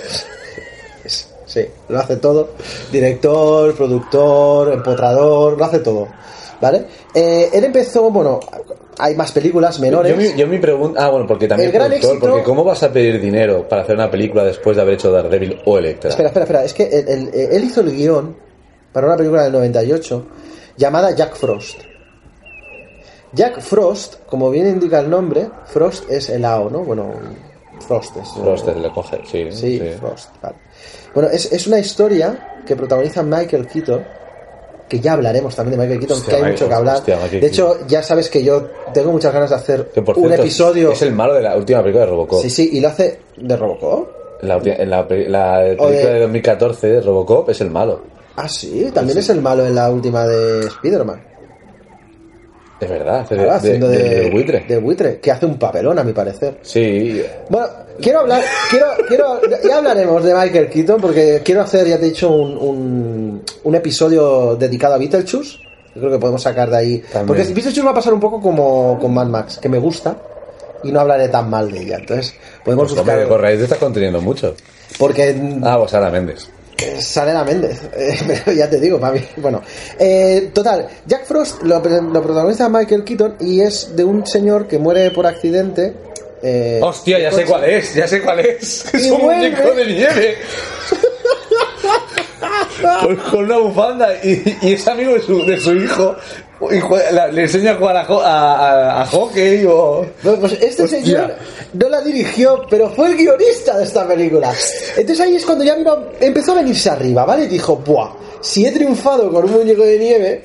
Sí. lo hace todo. Director, productor, empotrador, lo hace todo. ¿Vale? Eh, él empezó, bueno, hay más películas menores. Yo mi, yo mi pregunta. Ah, bueno, porque también. El gran productor, éxito- Porque ¿cómo vas a pedir dinero para hacer una película después de haber hecho Daredevil o [LAUGHS] Electra? Espera, espera, espera. Es que el- el- eh, él hizo el guión para una película del 98 llamada Jack Frost. Jack Frost, como bien indica el nombre, Frost es el AO, ¿no? Bueno, Frost es. Frost le coge, ¿eh? sí. Sí, Frost, vale. Bueno, es, es una historia que protagoniza Michael Keaton, que ya hablaremos también de Michael Keaton, Hostia, que hay Michael- mucho que hablar. hostia, Michael de hecho, ya sabes que yo tengo muchas ganas de hacer Que por un cierto, episodio. Es el malo de la última película de Robocop. Sí, sí, y lo hace de Robocop. La, ulti- en la, pe- la película de- de... 2014 de Robocop es el malo. Ah, sí, también es el malo en la última de Spider-Man. Es verdad, hace de, Claro, de- haciendo de, del- del buitre. del buitre, que hace un papelón a mi parecer. Sí, Bueno, quiero hablar, quiero, quiero, ya hablaremos de Michael Keaton porque quiero hacer, ya te he dicho, un, un, un episodio dedicado a Beetlejuice. Yo creo que podemos sacar de ahí. También. Porque Beetlejuice va a pasar un poco como con Mad Max, que me gusta y no hablaré tan mal de ella. Entonces, podemos pues hombre, buscar. Corraíz te estás conteniendo mucho. Porque Ah, pues Sara Méndez. eh, Salena Méndez, [LAUGHS] eh, pero ya te digo, mami. Bueno, eh, total, Jack Frost lo, pre- lo protagoniza Michael Keaton y es de un señor que muere por accidente. eh, Hostia, ya sé cuál es, ya sé cuál es. [LAUGHS] Es Y un vuelve. muñeco de nieve. con, con una bufanda y, y es amigo de su, de su hijo. Y jue- la- le enseña a jugar a, jo- a- a- a hockey o... Bueno, pues este Hostia. señor no la dirigió, pero fue el guionista de esta película. Entonces ahí es cuando ya vino- empezó a venirse arriba, ¿vale? Y dijo, ¡buah! Si he triunfado con un muñeco de nieve,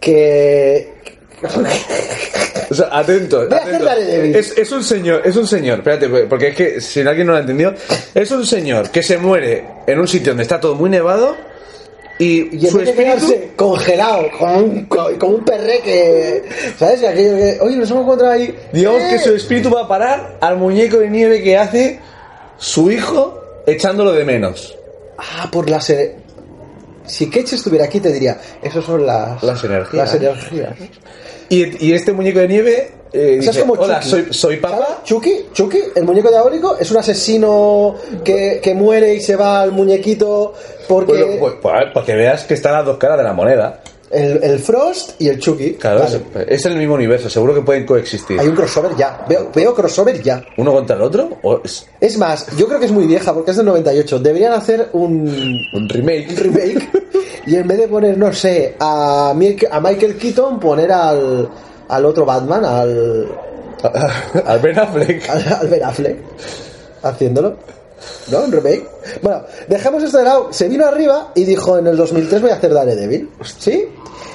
que... [LAUGHS] O sea, atento. Voy a hacer Daredevil. Es, es un señor, es un señor, espérate, porque- porque es que si alguien no lo ha entendido, es un señor que se muere en un sitio donde está todo muy nevado y, Y en su vez de espíritu... quedarse congelado, como un, co- como un perre que... ¿Sabes? Que aquello que... Oye, nos hemos encontrado ahí... Digamos ¡Eh! que su espíritu va a parar al muñeco de nieve que hace su hijo echándolo de menos. Ah, por las... e- Si Ketch estuviera aquí te diría, esos son las... Las energías. Las energías. Y, y este muñeco de nieve eh, O sea, es dice, como hola, Chucky. soy, soy papá. ¿Sabes? Chucky, Chucky, el muñeco diabólico, es un asesino que, que muere y se va al muñequito porque Bueno, pues, pues, para que veas que están las dos caras de la moneda. el, el Frost y el Chucky. Claro, Vale. es, es en el mismo universo, seguro que pueden coexistir. Hay un crossover ya. Veo, veo crossover ya. ¿Uno contra el otro? ¿O es Es más, yo creo que es muy vieja porque es del 98. Deberían hacer un un remake? un remake y en vez de poner, no sé, a, Mike- a Michael Keaton, poner al, al otro Batman, al, [LAUGHS] al Ben Affleck. al, al Ben Affleck haciéndolo. ¿No? Un remake. Bueno, dejamos esto de lado. Se vino arriba y dijo en el 2003 voy a hacer Daredevil. ¿Sí?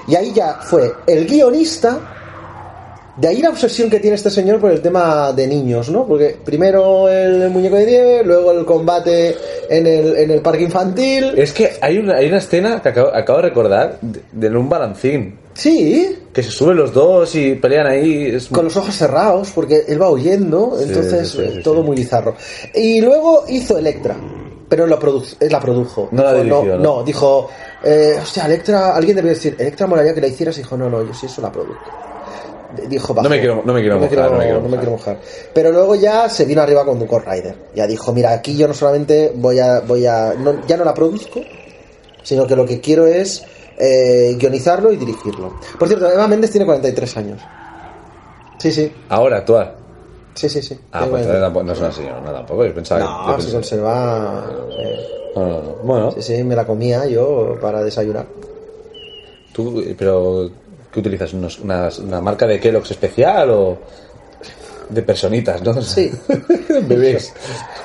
Y ahí ya fue el guionista. De ahí la obsesión que tiene este señor por el tema de niños, ¿no? Porque primero el muñeco de nieve, luego el combate en el, en el parque infantil. Es que hay una, hay una escena que acabo, acabo de recordar de, de un balancín. Sí, Que se suben los dos y pelean ahí. Es con los ojos cerrados porque él va huyendo, entonces eh, sí, sí, sí, todo sí. muy bizarro. Y luego hizo Electra, pero la, produ- eh, la produjo. No la Dijo, dirigió, ¿no? dijo, eh, hostia, Electra, alguien debió decir, Electra molaría que la hicieras, y dijo, no, no, yo sí eso la produzco. D- Dijo, bajo. No me quiero- no me quiero mojar, no me quiero mojar. mojar. Pero luego ya se vino arriba con Duco Rider. Ya dijo, mira, aquí yo no solamente voy a, voy a, no- ya no la produzco, sino que lo que quiero es eh, guionizarlo y dirigirlo. Por cierto, Eva Méndez tiene 43 años. Sí, sí, Ahora actual. sí, sí, sí. Ah, Tiene 43. pues entonces tampoco, no es una señora, no tampoco. Yo pensaba que. yo No, se pensé- conserva. eh, no, no, no. Bueno, sí, sí, me la comía yo para desayunar. tú, eh, pero. ¿Qué utilizas? ¿Unos- unas- ¿Una marca de Kellogg's especial o.? De personitas, ¿no? [LAUGHS] Sí. bebés.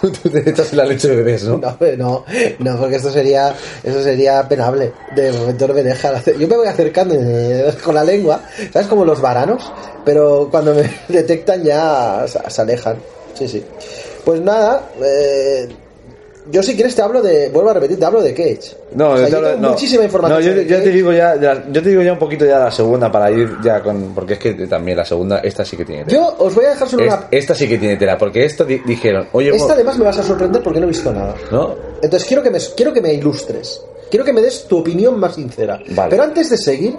[LAUGHS] Tú te echas la leche de bebés, [LAUGHS] ¿no? No, hombre, no, no, porque esto sería, eso sería penable. De momento no me dejan hacer. Yo me voy acercando eh, con la lengua, ¿sabes? Como los varanos, pero cuando me [LAUGHS] detectan ya se se alejan. Sí, sí. Pues nada, eh, yo si quieres te hablo de. Vuelvo a repetir, te hablo de Cage. No, O sea, yo te yo hablo- tengo no. muchísima información. ¿eh? No, yo, sobre yo te Cage. digo ya, de la- yo te digo ya un poquito ya la segunda para ir ya con, porque es que también la segunda, esta sí que tiene tela. Yo os voy a dejar solo Es- una. esta sí que tiene tela, porque esto di- dijeron, oye, Esta mo- además me vas a sorprender porque no he visto nada. ¿no? Entonces quiero que me, quiero que me ilustres. Quiero que me des tu opinión más sincera. Vale. Pero antes de seguir,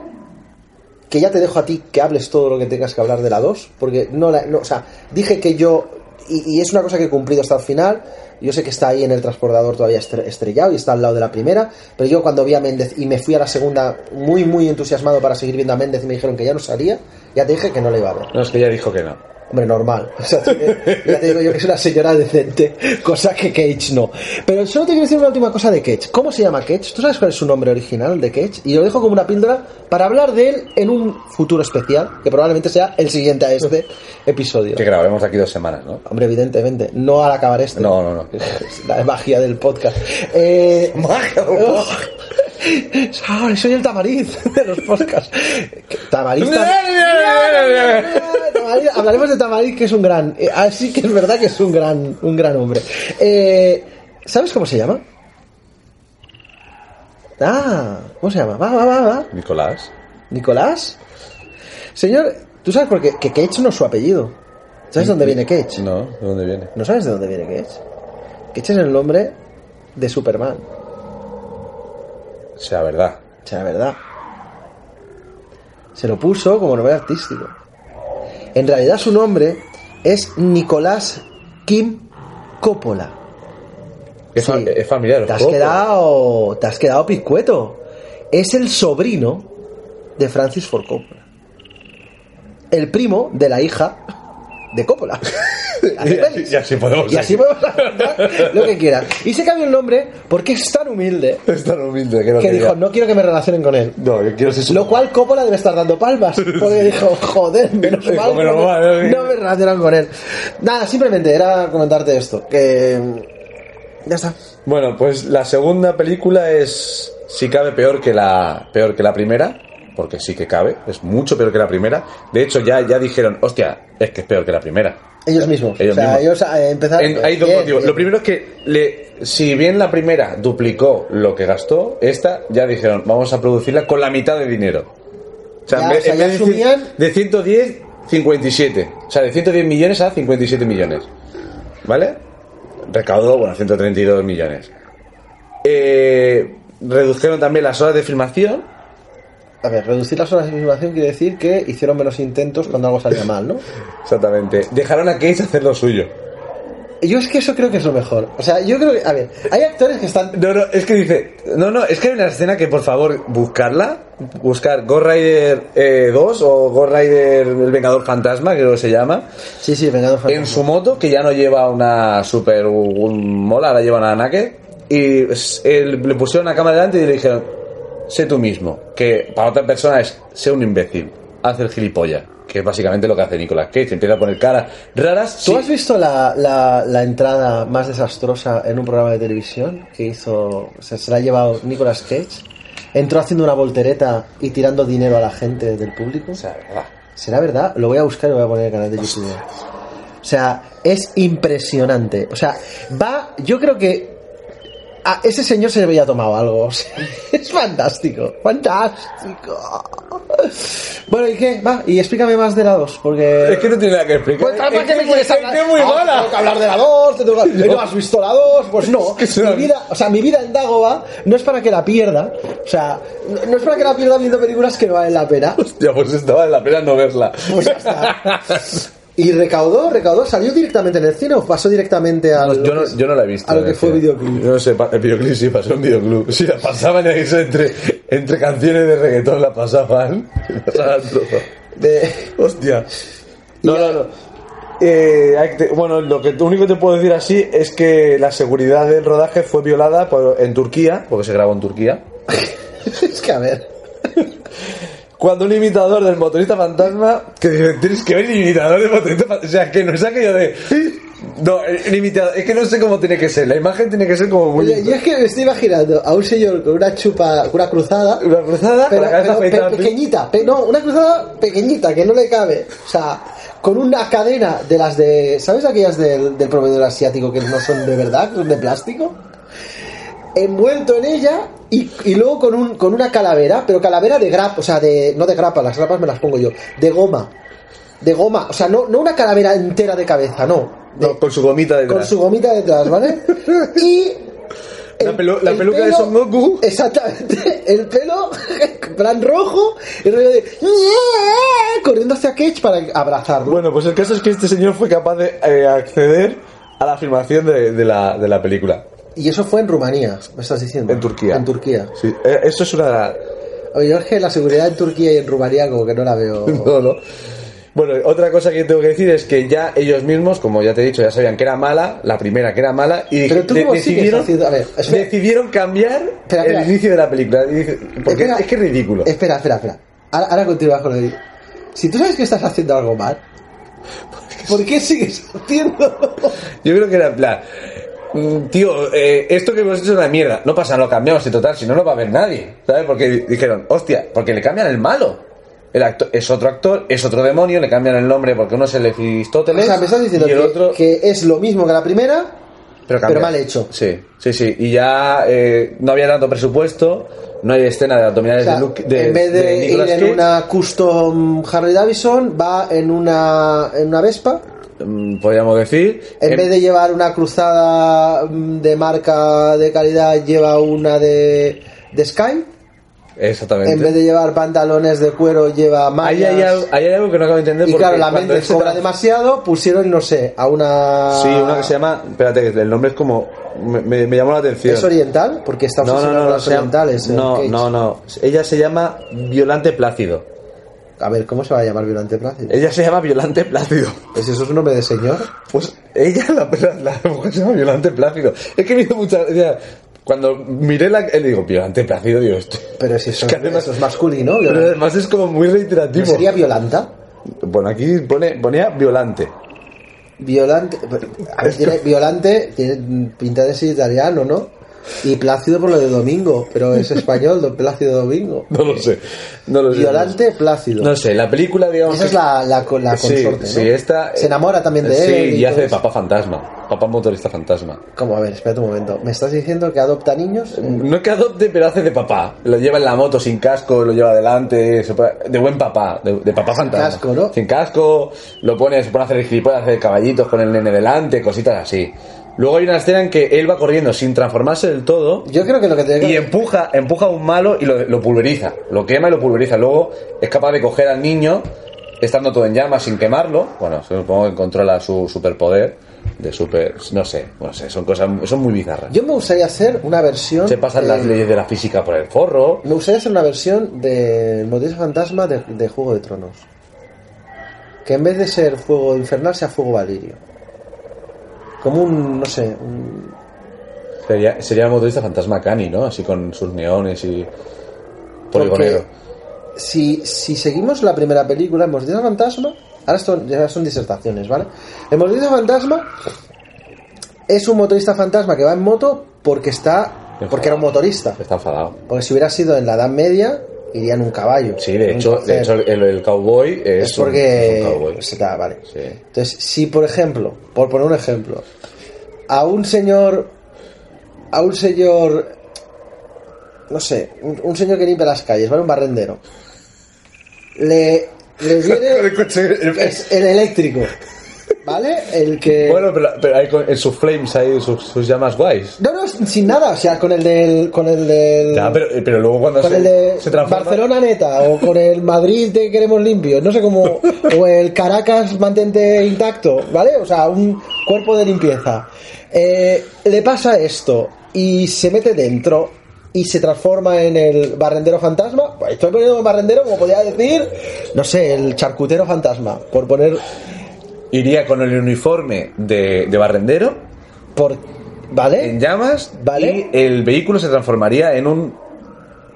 que ya te dejo a ti que hables todo lo que tengas que hablar de la 2, porque no la. no, o sea, dije que yo y, y es una cosa que he cumplido hasta el final. Yo sé que está ahí en el transbordador todavía estre- estrellado y está al lado de la primera, pero yo cuando vi a Méndez y me fui a la segunda muy, muy entusiasmado para seguir viendo a Méndez y me dijeron que ya no salía, ya te dije que no le iba a ver. No, es que ya dijo que no. Hombre, normal. O sea, [LAUGHS] tiene- ya te digo yo que es una señora decente, cosa que Cage no. Pero solo te quiero decir una última cosa de Cage. ¿Cómo se llama Cage? ¿Tú sabes cuál es su nombre original de Cage? Y lo dejo como una píldora para hablar de él en un futuro especial, que probablemente sea el siguiente a [LAUGHS] este episodio. Que grabemos de aquí dos semanas, ¿no? Hombre, evidentemente, no al acabar este. No, no, no. La magia del podcast. Eh, [LAUGHS] Magia, Oh. [LAUGHS] Ay, soy el tamariz de los [LAUGHS] podcasts. Que- Tamariz. tam- Tamariz, Hablaremos de Tamariz, que es un gran. eh, así que es verdad que es un gran, un gran hombre. Eh, ¿Sabes cómo se llama? Ah, ¿cómo se llama? Va, va, va, va. Nicolás. ¿Nicolás? Señor, ¿tú sabes por qué? Que Cage no es su apellido. ¿Sabes dónde viene Cage? No, ¿de dónde viene? ¿No sabes de dónde viene Cage? Cage es el nombre de Superman. O sea, verdad. O sea, la verdad. Se lo puso como nombre artístico. En realidad su nombre es Nicolás Kim Coppola. Es, Sí. fa- es familiar. Te has ojo. quedado. Te has quedado piscueto. Es el sobrino de Francis Ford Coppola. El primo de la hija de [LAUGHS] Coppola. Y así- y así podemos Y así seguir. podemos hablar lo que quieran. Y se cambió el nombre porque es tan humilde Es tan humilde que no que quería. dijo, no quiero que me relacionen con él. No, yo quiero ser su- Lo cual Coppola debe estar dando [LAUGHS] palmas. Porque dijo, joder, menos Dijo, mal. que menos no- mal, eh". ¿no? no me relacionan con él. Nada, simplemente era comentarte esto. Que. mm, Ya está. Bueno, pues la segunda película es si cabe peor que la peor que la primera, porque sí que cabe, es mucho peor que la primera. De hecho ya ya dijeron, hostia, es que es peor que la primera. Ellos mismos. Ellos o sea, mismos. ellos eh, empezaron. En- hay dos bien, motivos. bien. Lo primero es que le, si bien la primera duplicó lo que gastó, esta ya dijeron, vamos a producirla con la mitad de dinero. O sea, Ya, en vez- o sea, en ya vez de, cien- asumían- de 110, 57. O sea, de 110 millones a 57 millones. ¿Vale? Recaudó, bueno, 132 millones. Eh, redujeron también las horas de filmación. A ver, reducir las horas de filmación quiere decir que hicieron menos intentos cuando algo salía mal, [LAUGHS] ¿no? Exactamente. Dejaron a Cage hacer lo suyo. Yo es que eso creo que es lo mejor. O sea, yo creo que. A ver, hay actores que están. No, no, es que dice. No, no, es que hay una escena que por favor, buscarla. Buscar Ghost Rider eh, 2 o Ghost Rider El Vengador Fantasma, creo que se llama. Sí, sí, venga, don En su moto, que ya no lleva una super un mola, ahora lleva una naked. Y es- él- le pusieron una cámara delante y le dijeron: Sé tú mismo. Que para otra persona es: Sé un imbécil. Haz el gilipollas. Que es básicamente lo que hace Nicolas Cage. Empieza a poner caras raras. ¿Tú sí. has visto la, la- la entrada más desastrosa en un programa de televisión que hizo, se, se la ha llevado Nicolas Cage? Entró haciendo una voltereta y tirando dinero a la gente del público. O sea, de verdad. ¿Será verdad? Lo voy a buscar y lo voy a poner en el canal de YouTube. O sea, es impresionante. O sea, va, yo creo que a ese señor se le había tomado algo. [LAUGHS] O sea, es fantástico, fantástico. Bueno, ¿y qué? Va, y explícame más de la 2, porque... Es que no tiene nada que explicar. Pues, ¿para es qué que me es quieres hablar? es muy Ah, mala. Tengo que hablar de la 2, te tengo [LAUGHS] que- ¿No has visto la 2? Pues no. Es que son- Mi vida, o sea, mi vida en Dagoba no es para que la pierda. O sea, no- no es para que la pierda viendo películas que no valen la pena. Hostia, pues estaba vale la pena no verla. Pues ya está. [LAUGHS] Y recaudó, recaudó, salió directamente en el cine o pasó directamente a. lo yo, no, que es- yo no la he visto. A lo eh, que fue tío. videoclip. Yo no sé, pa- el videoclip sí pasó en videoclub. Sí, la pasaban y eso entre, entre canciones de reggaetón la pasaban. [LAUGHS] Pasaban todo. De- [LAUGHS] Hostia. No, no, no. Eh, hay que te- bueno, lo que lo único que te puedo decir así es que la seguridad del rodaje fue violada por- en Turquía, porque se grabó en Turquía. es que a ver. Cuando un imitador del motorista fantasma. Que dice, tienes que ver el imitador del motorista fantasma. O sea, que no es aquello de. No, el, el imitador. Es que no sé cómo tiene que ser. La imagen tiene que ser como muy. Oye, yo es que me estoy imaginando a un señor con una chupa, con una cruzada. Una cruzada con Pero, la cabeza pero pe- afeitada. pequeñita, pe- no, una cruzada pequeñita que no le cabe. O sea, con una cadena de las de. ¿Sabes aquellas del, del proveedor asiático que no son de verdad, que son de plástico? Envuelto en ella y, y luego con, un, con una calavera, pero calavera de grapa, o sea, de, no de grapa, las grapas me las pongo yo, de goma. De goma, o sea, no, no una calavera entera de cabeza, no. de- No, con su gomita detrás. eh, con su gomita detrás, [LAUGHS] ¿vale? Y. La pelo- la peluca de Son Goku. [LAUGHS] Exactamente. El pelo en plan rojo y rollo de [LAUGHS] "Ñe", corriendo hacia Cage para abrazarlo. Bueno, pues el caso es que este señor fue capaz de eh, acceder a la filmación de, de la, de la película. Y eso fue en Rumanía, me estás diciendo. En Turquía. En Turquía. Sí, eh, eso es una... Oye, yo es que la seguridad en Turquía y en Rumanía como que no la veo. [LAUGHS] No, no. Bueno, otra cosa que tengo que decir es que ya ellos mismos, como ya te he dicho, ya sabían que era mala, la primera que era mala, y Pero tú de- cómo sigues decidieron, haciendo- a ver, espera. decidieron cambiar Espera, el espera. inicio de la película. Y dice- Porque Espera. es que es ridículo. Espera, espera, espera. Ahora, ahora continúas con lo de... Si tú sabes que estás haciendo algo [LAUGHS] mal, ¿por qué sigues haciendo? Yo creo que era en plan, mm, tío, eh, esto que hemos hecho es una mierda. No pasa, lo cambiamos y total, si no, no va a ver nadie. ¿Sabes? Porque di- dijeron, hostia, porque le cambian el malo. El acto es otro actor, es otro demonio, le cambian el nombre porque uno es el O Aristóteles sea, me estás diciendo y el que, otro... que es lo mismo que la primera, pero, cambiado. mal hecho. Sí, sí, sí. Y ya eh, no había tanto presupuesto, no hay escena de O abdominales sea, de Luke. De, en vez de, de ir Nicolas en Cage. una custom Harley Davidson, va en una, en una Vespa. Mm, podríamos decir. En em, vez de llevar una cruzada mm, de marca de calidad, lleva una de, de Sky. Em, Exactamente. En vez de llevar pantalones de cuero, lleva Ahí mallas. hay, algo, ahí hay algo que no acabo de entender. y porque claro, la cuando mente él se cobra tra- demasiado. Pusieron, no sé, a una. Sí, una que se llama. Espérate, que el nombre es como. Me, me- me llamó la atención. ¿Es oriental? Porque está no, no, obsesionado no, con no, las se llama- orientales. eh, no, Cage. no, no. Ella se llama Violante Plácido. A ver, ¿cómo se va a llamar Violante Plácido? Ella se llama Violante Plácido. ¿Es eso es un nombre de señor? Pues ella, la, la, la mujer se llama Violante Plácido. Es que me hizo mucha. gracia. cuando miré la. eh, Le digo, Violante Plácido, digo, esto. [LAUGHS] Pero si eso, Es que además- eso es masculino, Pero Violante. además es como muy ¿No reiterativo. sería Violanta? Bueno, aquí pone, ponía Violante. Violante. a ver, tiene- Violante tiene pinta de ser italiano, ¿no? Y Plácido por lo de Domingo, pero [LAUGHS] es español, don Plácido Domingo. No lo sé. No lo sé. Violante, Plácido. No sé, la película, digamos. Esa es que- la, la, con- la Sí, consorte, sí, ¿no? esta- eh, Se enamora también de sí, él. y hace todo de eso. papá fantasma. Papá motorista fantasma. ¿Cómo? A ver, espérate un momento. ¿Me estás diciendo que adopta niños? No es que adopte, pero hace de papá. Lo lleva en la moto sin casco, lo lleva adelante. se pone- De buen papá, de, de papá fantasma. casco, ¿no? Sin casco, lo pone, se pone a hacer gilipollas, hace de caballitos con el nene delante, cositas así. Luego hay una escena en que él va corriendo sin transformarse del todo. Yo creo que lo que te Y empuja, empuja a un malo y lo, lo pulveriza. Lo quema y lo pulveriza. Luego es capaz de coger al niño, estando todo en llamas sin quemarlo. Bueno, supongo que controla su superpoder de super. No sé, no sé, son cosas son muy bizarras. Yo me gustaría hacer una versión. Se pasan eh, las leyes de la física por el forro. Me gustaría hacer una versión de Motivo Fantasma de, de Juego de Tronos. Que en vez de ser fuego infernal sea fuego valirio. Como un, no sé, un- Sería, sería el motorista fantasma Cani, ¿no? Así con sus neones y. Poligonero. si, si seguimos la primera película, el Motivo Fantasma, ahora son, ya son disertaciones, ¿vale? El Motivo Fantasma es un motorista fantasma que va en moto porque está, porque era un motorista. Está enfadado. Porque si hubiera sido en la Edad Media, iría en un caballo. Sí, de en un hecho, de crucero. hecho el, el cowboy es, es un- porque es un cowboy. se da, vale. Sí. Entonces, si por ejemplo, por poner un ejemplo, a un señor, a un señor, no sé, un, un señor que limpia las calles, vale, un barrendero, le, le [LAUGHS] viene es el eléctrico, ¿vale? El que Bueno, pero, pero hay con- en sus flames hay sus, sus llamas guays. no, no, sin nada, o sea, con el del, con el del, Ya, pero, pero luego cuando Mm. con se, el de se transforma. Barcelona neta o con el Madrid de queremos limpio, no sé cómo, o el Caracas mantente intacto, ¿vale? O sea, un cuerpo de limpieza. Eh, le pasa esto y se mete dentro y se transforma en el barrendero fantasma. Pues estoy poniendo barrendero, como podría decir, no sé, el charcutero fantasma, por poner Iría con el uniforme de, de barrendero por en ¿vale? llamas ¿Eh? Vale. y el vehículo se transformaría en un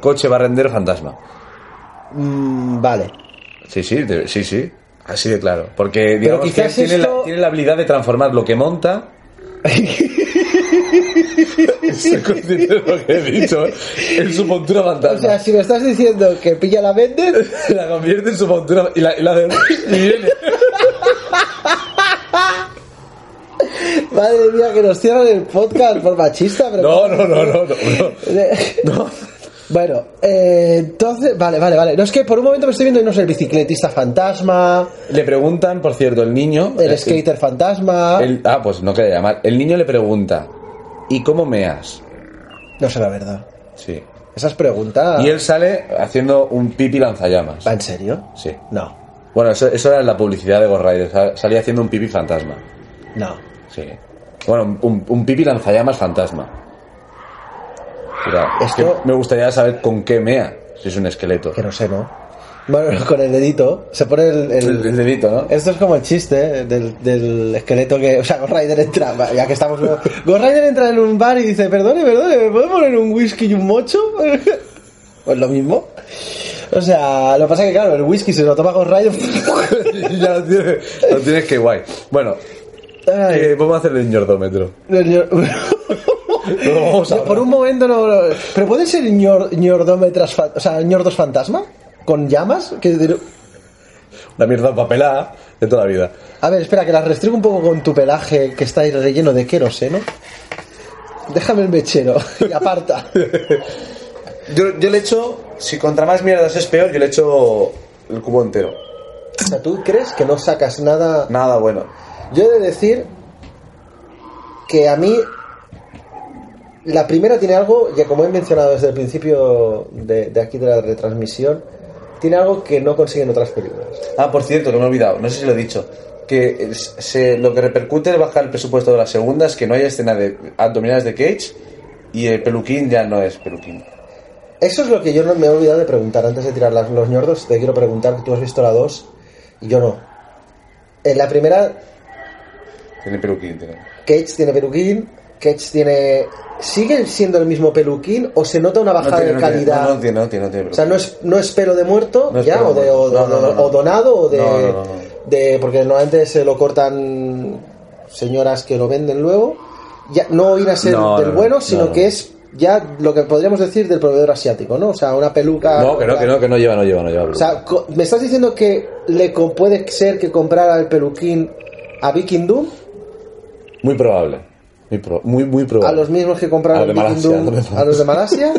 coche barrendero fantasma. Mm, vale. Sí, sí, de- sí, sí. Así de claro. Porque digamos que quizás tiene, esto- la, tiene la habilidad de transformar lo [LAUGHS] que monta. Se considera lo que he dicho en su montura fantasma. O sea, si me estás diciendo que pilla la vende, la convierte en su montura y la, y [LAUGHS] la de y viene. madre mía, que nos cierran el podcast por machista, pero No, no, no, no, no. [LAUGHS] no. No. Bueno, eh, entonces, vale, vale, vale. No es que por un momento me estoy viendo, no sé, el bicicletista fantasma, Le preguntan, por cierto, el niño. eh, el skater fantasma. el- ah, pues no quería llamar. El niño le pregunta, ¿y cómo meas? No sé la verdad. Sí. Esas preguntas. Y él sale haciendo un pipi lanzallamas. ¿Va en serio? Sí. No, Bueno, eso, eso era la publicidad de Ghost Rider. sal- Salía haciendo un pipi fantasma. no. Sí. Bueno, un, un pipi lanzallamas fantasma. Mira, es que Esto- me gustaría saber con qué mea, si es un esqueleto. Que no sé, ¿no? Bueno, [LAUGHS] con el dedito. Se pone el. el- El, el dedito, [LAUGHS] ¿no? Esto es como el chiste ¿eh? del, del esqueleto que. O sea, Ghost Rider entra. va, Ya que estamos. Ghost Rider entra en un bar y dice: Perdone, perdone, ¿me puede poner un whisky y un mocho? [LAUGHS] Pues lo mismo. O sea, lo que pasa es que, claro, el whisky se lo toma Ghost Rider. [LAUGHS] ya lo tienes, lo tienes que guay. Bueno, Ay. eh, vamos a hacer el ñordómetro. [LAUGHS] Lo vamos a Yo por un momento no. no- Pero pueden ser ñor- ñordómetras. fa- O sea, ñordos fantasma. Con llamas. Que, La mierda papelada de toda la vida. a ver, espera, que las restriego un poco con tu pelaje que está ahí relleno de queroseno. Déjame el mechero y aparta. Yo, yo le echo, si contra más mierdas es peor, yo le echo el cubo entero. O sea, tú crees que no sacas nada. Nada bueno. Yo he de decir que a mí la primera tiene algo, ya como he mencionado desde el principio de, de aquí de la retransmisión, tiene algo que no consiguen otras películas. Ah, por cierto, que me he olvidado, no sé si lo he dicho. Que es- se, lo que repercute el bajar el presupuesto de la segunda es que no hay escena de abdominales de Cage y el peluquín ya no es peluquín. Eso es lo que yo no me he olvidado de preguntar antes de tirar las- los ñordos. Te quiero preguntar que tú has visto la 2 y yo no. En la primera, Tiene peluquín, tiene. Cage tiene peluquín, Cage tiene. ¿Sigue siendo el mismo peluquín o se nota una No bajada tiene, de no tiene, calidad? no, no tiene, no tiene, no tiene O sea, no es, no es pelo de muerto, No es ya, pelo o, de, muerto. o, No, no, no, no. o donado, o de, No, no, no, no. de- Porque normalmente se lo cortan señoras que lo venden luego. Ya, no ir a ser No, del no, no, bueno, no, sino no. que es ya lo que podríamos decir del proveedor asiático, ¿no? O sea, una peluca. No, que no, que no, que no lleva, no lleva, no lleva. O peluquín. sea, co- ¿me estás diciendo que le co- puede ser que comprara el peluquín a Viking Doom? muy probable. Muy, pro- muy, muy A probable. los mismos que compraron A los de Viking Malasia, Doom, a los de a los de Malasia.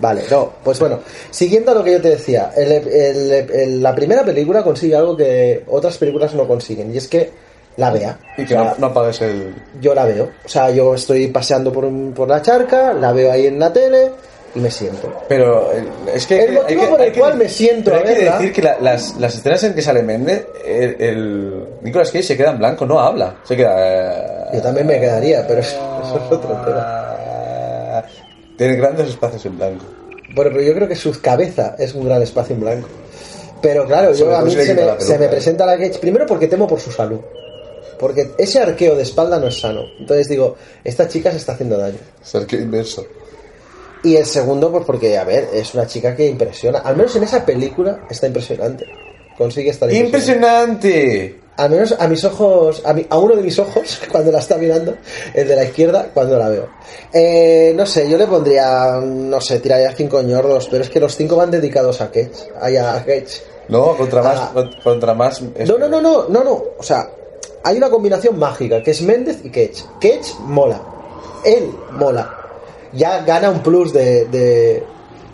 Vale, no, pues bueno, siguiendo a lo que yo te decía, el- el- el- la primera película consigue algo que otras películas no consiguen, y es que la vea. Y que O sea, no, no apagues el. Yo la veo, o sea, yo estoy paseando por, un- por la charca, la veo ahí en la tele y me siento. Pero eh, es que. El motivo por el cual me siento pero a Hay que verla- decir que la- las, las escenas en que sale Méndez, el, el Nicolas Cage se queda en blanco, no habla. Se queda. eh, Yo también me quedaría, pero [LAUGHS] eso, eso es otro tema. ah, Tiene grandes espacios en blanco. Bueno, pero yo creo que su cabeza es un gran espacio en blanco. Pero claro, Sobre yo a todo mí si le se quita la me, peluca, se me ¿eh? presenta la Cage. Primero porque temo por su salud. Porque ese arqueo de espalda no es sano. Entonces digo, esta chica se está haciendo daño. Sergio inverso. Y el segundo, pues porque, a ver, es una chica que impresiona. Al menos en esa película está impresionante. Consigue estar impresionante. ¡Impresionante! Al menos a mis ojos, a, mi- a uno de mis ojos, [LAUGHS] cuando la está mirando, el de la izquierda, cuando la veo. Eh, no sé, yo le pondría, no sé, tiraría cinco ñordos, pero es que los cinco van dedicados a Cage. Ay, A, Cage. No, contra más. Ah. cont- Contra más es- No, no, no, no, no, no. O sea, hay una combinación mágica que es Méndez y Cage. Cage mola. Él mola. Ya gana un plus de. de-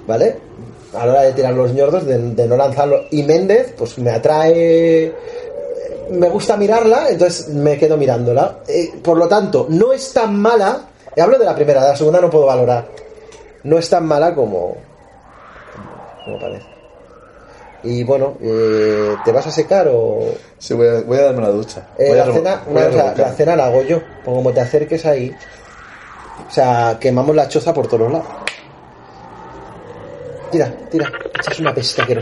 ¿Vale? A la hora de tirar los ñordos, de, de no lanzarlo. Y Méndez, pues me atrae. Me gusta mirarla, entonces me quedo mirándola. Eh, por lo tanto, no es tan mala. eh, Hablo de la primera, de la segunda no puedo valorar. No es tan mala como. como parece. Y bueno, eh, ¿te vas a secar o.? Sí, voy a, voy a darme una ducha. Eh, Voy a la, remo- cena, voy una a vez la, remocar. la cena la hago yo. Porque como te acerques ahí. O sea, quemamos la choza por todos lados. Tira, tira. Echas una pesta que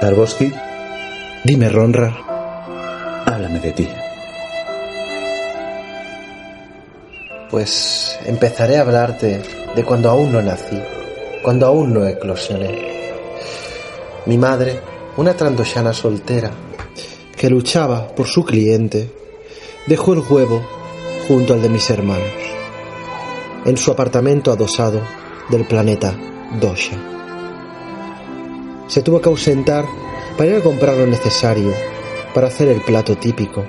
Tarboski, Dime, Ronra. háblame de ti. Pues empezaré a hablarte de cuando aún no nací. Cuando aún no eclosioné. Mi madre, una trandoshana soltera, que luchaba por su cliente, dejó el huevo junto al de mis hermanos, en su apartamento adosado del planeta Dosha. Se tuvo que ausentar para ir a comprar lo necesario para hacer el plato típico,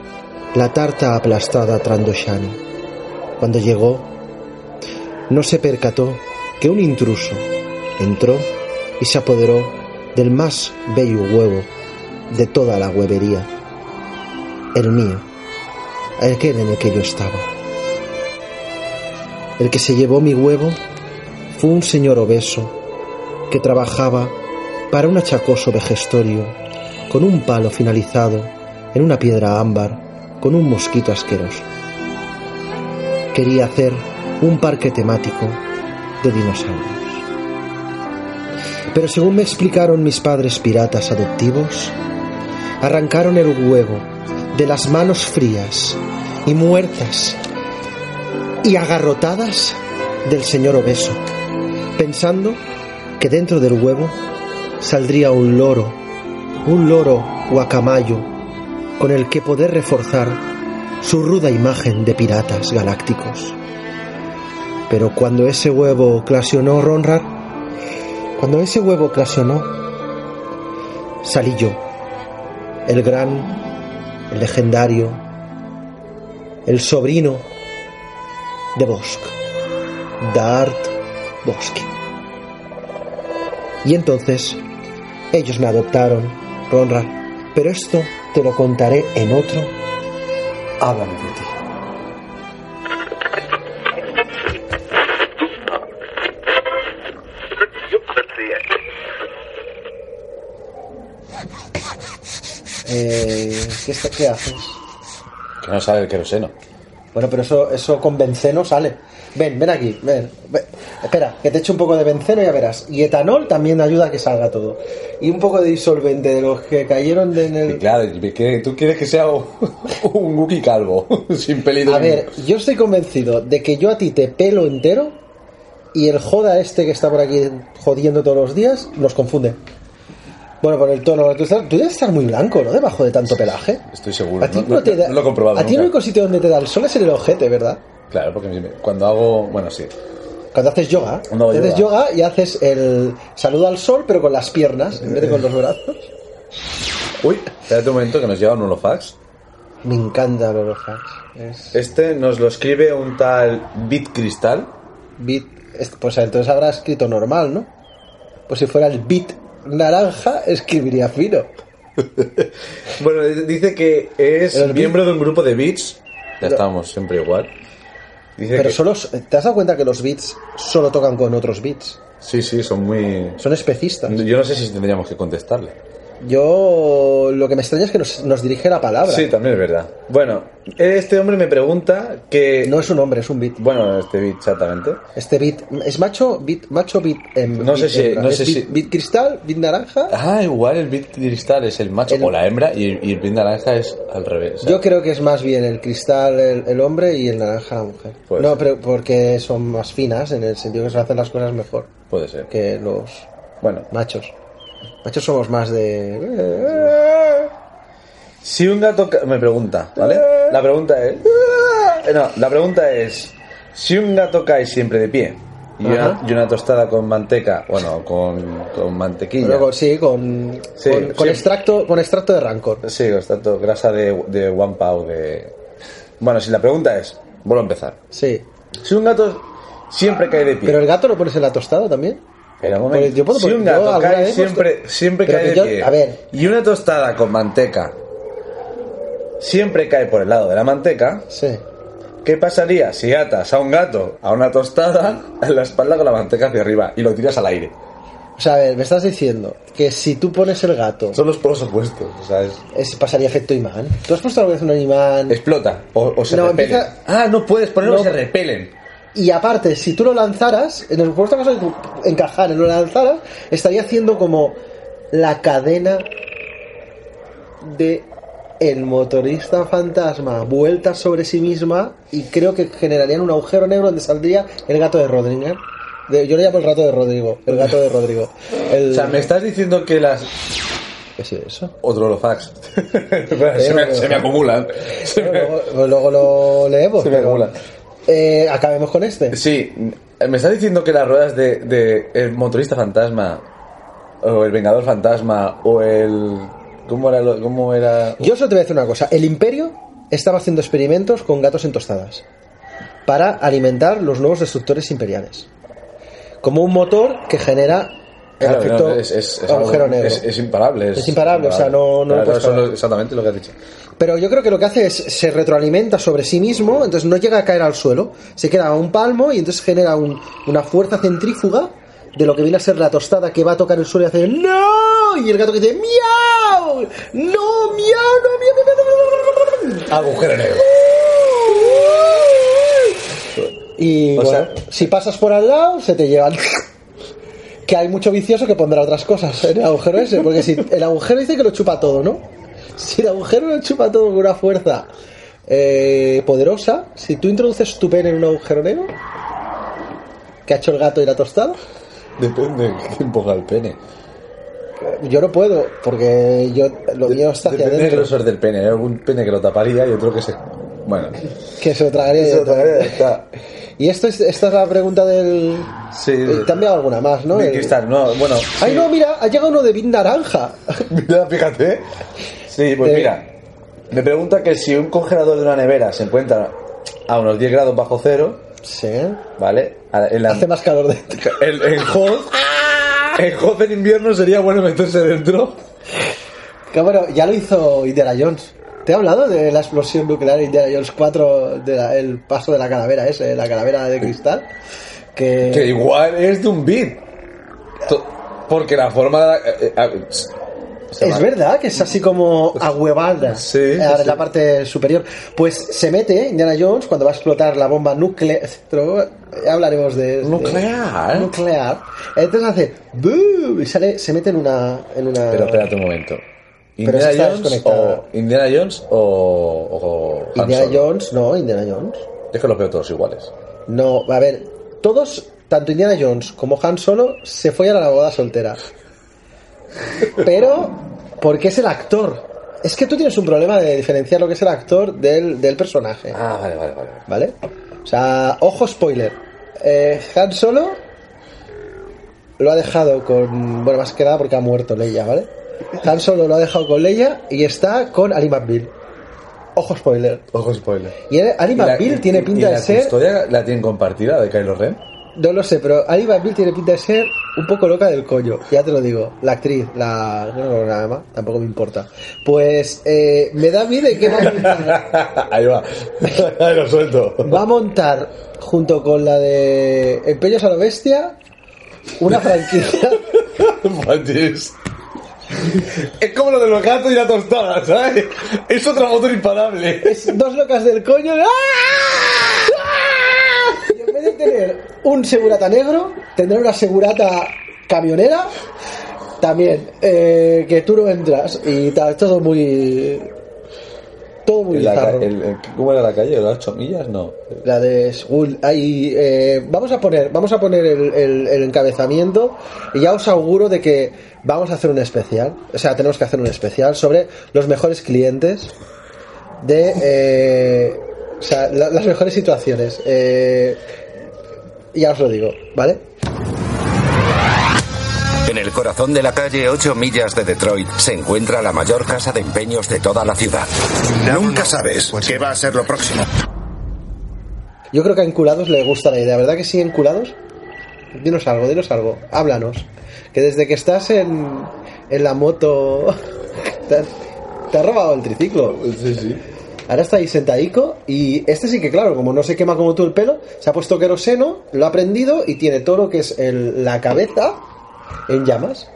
la tarta aplastada Trandoshani. Cuando llegó, no se percató que un intruso entró y se apoderó del más bello huevo de toda la huevería, el mío aquel en el que yo estaba. El que se llevó mi huevo fue un señor obeso que trabajaba para un achacoso vejestorio con un palo finalizado en una piedra ámbar con un mosquito asqueroso. Quería hacer un parque temático de dinosaurios. Pero según me explicaron mis padres piratas adoptivos, arrancaron el huevo de las manos frías y muertas y agarrotadas del señor obeso, pensando que dentro del huevo saldría un loro, un loro guacamayo, con el que poder reforzar su ruda imagen de piratas galácticos. Pero cuando ese huevo clasionó Ronrad, cuando ese huevo clasionó, salí yo, el gran, el legendario, el sobrino de Bosk, Dart Bosky. Y entonces, ellos me adoptaron, Ronrad, pero esto te lo contaré en otro. Háblame de ti. Eh, ¿qué, está- ¿Qué haces? Que no sale el queroseno. Bueno, pero eso, eso con benceno sale. Ven, ven aquí, ven, ven. Espera, que te eche un poco de benceno y ya verás. Y etanol también ayuda a que salga todo. Y un poco de disolvente de los que cayeron de en Y el... claro, y que tú quieres que sea un, [LAUGHS] un Wookiee calvo, [LAUGHS] sin pelito. A ver, yo estoy convencido de que yo a ti te pelo entero y el joda este que está por aquí jodiendo todos los días nos confunde. Bueno, por el tono, tú, estás- tú debes estar muy blanco, ¿no? Debajo de tanto pelaje. Estoy seguro. A ti no- no no- te da- no lo he comprobado. A ti el nunca. único sitio donde te da el sol es en el ojete, ¿verdad? Claro, porque me- cuando hago. Bueno, sí. Cuando haces yoga, Cuando hago te haces yoga. yoga y haces el saludo al sol, pero con las piernas, en vez de con los brazos. Uy, espérate un momento que nos llega un holofax. Me encanta los hacks. Es Este nos lo escribe un tal Bit Cristal. bit. es- Pues entonces habrá escrito normal, ¿no? Pues si fuera el bit naranja, escribiría fino. Bueno, dice que es Pero el miembro de un grupo de beats. Ya estábamos siempre igual. Dice Pero que- solo. ¿Te has dado cuenta que los bits solo tocan con otros bits? Sí, sí, son muy. Son especistas. Yo no sé si tendríamos que contestarle. Yo. Lo que me extraña es que nos, nos dirige la palabra. Sí, también es verdad. Bueno, este hombre me pregunta que. No es un hombre, es un bit. Bueno, este beat exactamente. Este bit. ¿Es macho? Bit, macho bit. em, No sé bit si- hembra. no ¿Es sé bit, si- bit cristal, bit naranja. Ah, igual el bit cristal es el macho El- o la hembra y, y el bit naranja es al revés. o sea, Yo creo que es más bien el cristal el, el hombre y el naranja la mujer. Puede no, ser. pero porque son más finas en el sentido que se hacen las cosas mejor Puede ser. que los Bueno, machos. Machos somos más de... eh, si un gato. ca- Me pregunta, ¿vale? La pregunta es. eh, No, la pregunta es. Si un gato cae siempre de pie y, una, Ajá. y una tostada con manteca, bueno, con, con mantequilla. Luego, sí, con, Sí, con, con sí. extracto con extracto de rancor. Sí, con tanto grasa de, de one pound de. Bueno, si la pregunta es. Vuelvo a empezar. Sí. Si un gato siempre cae de pie. Pero el gato lo pones en la tostada también. Espera un momento. Pues yo puedo si poner- un yo gato alguna cae vez he puesto- siempre, siempre Pero cae que de yo- pie. a ver. Y una tostada con manteca siempre cae por el lado de la manteca. Sí. ¿Qué pasaría si atas a un gato a una tostada en la espalda con la manteca hacia arriba y lo tiras al aire? O sea, a ver, me estás diciendo que si tú pones el gato, Son los polos opuestos, o sea, es- es, pasaría efecto imán. ¿Tú has puesto alguna vez un imán? explota o, o se No, repelen. empieza- Ah, no puedes ponerlo, No. se repelen. Y aparte, si tú lo lanzaras, en el supuesto caso de que encajara y lo lanzaras, estaría haciendo como la cadena de el motorista fantasma vuelta sobre sí misma y creo que generarían un agujero negro donde saldría el gato de Rodrigo. ¿eh? De- yo le llamo el gato de Rodrigo, el gato de Rodrigo. El- O sea, me estás diciendo que las ¿Qué es eso? Otro [LAUGHS] holofax. se, me, se me acumulan. Se me- Luego, luego lo leemos. Se me pero- acumula. Eh, acabemos con este. Sí, me está diciendo que las ruedas de, de el motorista fantasma o el vengador fantasma o el cómo era lo- cómo era Yo solo te voy a decir una cosa. El Imperio estaba haciendo experimentos con gatos en tostadas para alimentar los nuevos destructores imperiales. Como un motor que genera Claro, no, efecto es, es- es agujero algo- negro. Es, es imparable. Es imparable, o sea, no- no lo puedes eso es lo- parar. exactamente lo que has dicho. Pero yo creo que lo que hace es se retroalimenta sobre sí mismo, entonces no llega a caer al suelo, se queda a un palmo y entonces genera un- una fuerza centrífuga de lo que viene a ser la tostada que va a tocar el suelo y hace ¡No! Y el gato que dice ¡Miau! ¡No, miau, no, miau, miau, miau, miau! Agujero negro. Y O bueno, sea- si pasas por al lado, se te llevan. Que hay mucho vicioso que pondrá otras cosas en el agujero ese, porque si el agujero dice que lo chupa todo, ¿no? Si el agujero lo chupa todo con una fuerza eh, poderosa, si tú introduces tu pene en un agujero negro, que ha hecho el gato y la tostada, Depende de quién ponga el pene. yo no puedo, porque yo lo mío está hacia Depende del adentro, grosor del pene. Hay algún pene que lo taparía y otro que se. Bueno. [LAUGHS] que se lo tragaría. yo también. Y esto es, esta es la pregunta del... Sí. Eh, Te han enviado alguna más, ¿no? De El- cristal, no, bueno. Ay, sí. no, mira, ha llegado uno de Bit Naranja. [LAUGHS] [LAUGHS] Mira, fíjate. Sí, pues Eh. mira. Me pregunta que si un congelador de una nevera se encuentra a unos 10 grados bajo cero, Sí. ¿vale? A- En la, Hace Ah. más calor dentro. el, el Hoth. El Hoth en invierno sería bueno meterse dentro. Que bueno, ya lo hizo Indiana Jones. Te he hablado de la explosión nuclear de Indiana Jones 4, del paso de la calavera ese, la calavera de cristal. Que, Que igual es de un bit. To- Porque la forma de la- eh, eh, se es va. verdad que es así como ahuevalda Sí, eh, sí, en sí. la parte superior. Pues se mete Indiana Jones cuando va a explotar la bomba nuclear. Ya hablaremos de. de- Nuclear. nuclear. Entonces hace. "Buu", Y sale, se mete en una. En una Pero espérate un momento. Eh, Pero esa Indiana está Jones, desconectada. o, Indiana Jones o, o Han Indiana Solo. Jones, no, Indiana Jones. Eh. Es que los veo todos iguales. No, a ver, todos, tanto Indiana Jones como Han Solo, se follan a la boda soltera. Pero, porque es el actor. Es que tú tienes un problema de diferenciar lo que es el actor del, del personaje. Ah, vale, vale, vale. ¿Vale? O sea, ojo spoiler. Eh, Han Solo lo ha dejado con. Bueno, más que nada porque ha muerto Leia, ¿vale? Han Solo lo ha dejado con Leia y está con Ali McBeal. Ojo spoiler. Ojo spoiler. Y el- Ali McBeal tiene pinta de ¿La ser. custodia la tienen compartida de Kylo Ren? [LAUGHS] No lo sé, pero Ali Bill tiene pinta de ser un poco loca del coño, ya te lo digo. La actriz, la. No, no, nada más, tampoco me importa. Pues eh, me da miedo de que [LAUGHS] va a, montar, Ahí va. [LAUGHS] Ahí lo suelto. [LAUGHS] va a montar, junto con la de Empeños a la Bestia, una [LAUGHS] franquicia. Manches. Es como lo de los gatos y la tostada, ¿sabes? Es otra motor imparable. Es dos locas del coño. ¡ah! ¡Ah! Y en vez de tener un segurata negro, tendrá una segurata camionera. También, eh, que tú no entras y tal, todo muy. Todo muy La ca- bizarro. el- el- ¿Cómo era la calle? ¿Las 8 millas? No. La de School. Ahí, eh, vamos a poner, vamos a poner el, el- el encabezamiento y ya os auguro de que vamos a hacer un especial. O sea, tenemos que hacer un especial sobre los mejores clientes de. eh, o sea, la- las mejores situaciones. Eh, ya os lo digo, ¿vale? En el corazón de la calle 8 millas de Detroit se encuentra la mayor casa de empeños de toda la ciudad. Nunca sabes qué va a ser lo próximo. Yo creo que a Enculados le gusta la idea, ¿verdad que sí, Enculados? Dinos algo, dinos algo, háblanos. Que desde que estás en, en la moto [LAUGHS] te, has- te has robado el triciclo. Sí, sí. Ahora está ahí sentadico y este sí que, claro, como no se quema como tú el pelo, se ha puesto queroseno, lo ha prendido y tiene todo lo que es el- la cabeza en llamas.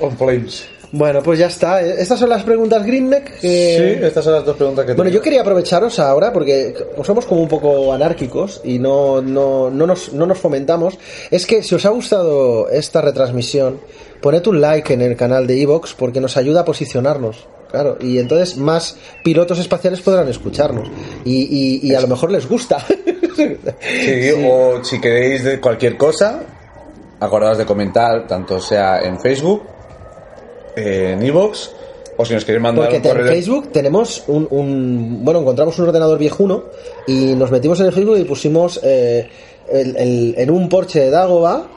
On flames. Bueno, pues ya está. Estas son las preguntas Greenneck que... Sí, estas son las dos preguntas que Bueno, tenía. yo quería aprovecharos ahora porque somos como un poco anárquicos y no, no, no, nos, no nos fomentamos. Es que si os ha gustado esta retransmisión, poned un like en el canal de Evox porque nos ayuda a posicionarnos. Claro, y entonces más pilotos espaciales podrán escucharnos. Y, y- y a lo mejor les gusta. Sí, o si queréis de cualquier cosa, acordaos de comentar, tanto sea en Facebook, eh, en Evox, o si nos queréis mandar Porque un te- en correo. Facebook tenemos un, un- Bueno, encontramos un ordenador viejuno y nos metimos en el Facebook y pusimos eh, el- el- en un Porsche de Dagoba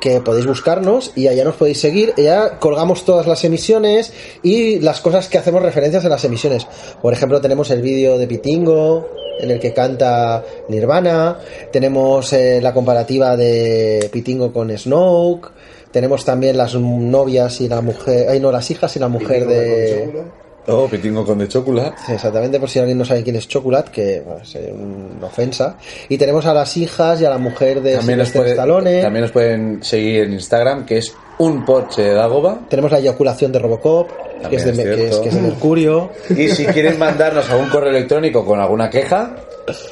que podéis buscarnos y allá nos podéis seguir. Y Ya colgamos todas las emisiones y las cosas que hacemos referencias en las emisiones. Por ejemplo, tenemos el vídeo de Pitingo, en el que canta Nirvana, tenemos eh, la comparativa de Pitingo con Snoke, tenemos también las novias y la mujer, ay no, las hijas y la mujer de... Oh, pitingo con de chocolate. Sí, Exactamente, por si alguien no sabe quién es Chocolat, que bueno, es eh, una ofensa. Y tenemos a las hijas y a la mujer de También nos, Sylvester puede- Stallone. también nos pueden seguir en Instagram, que es un porche de Dagoba. Tenemos la eyaculación de Robocop, que es de, es me- que, es, cierto. que es de Mercurio. Y si quieren mandarnos algún correo electrónico con alguna queja,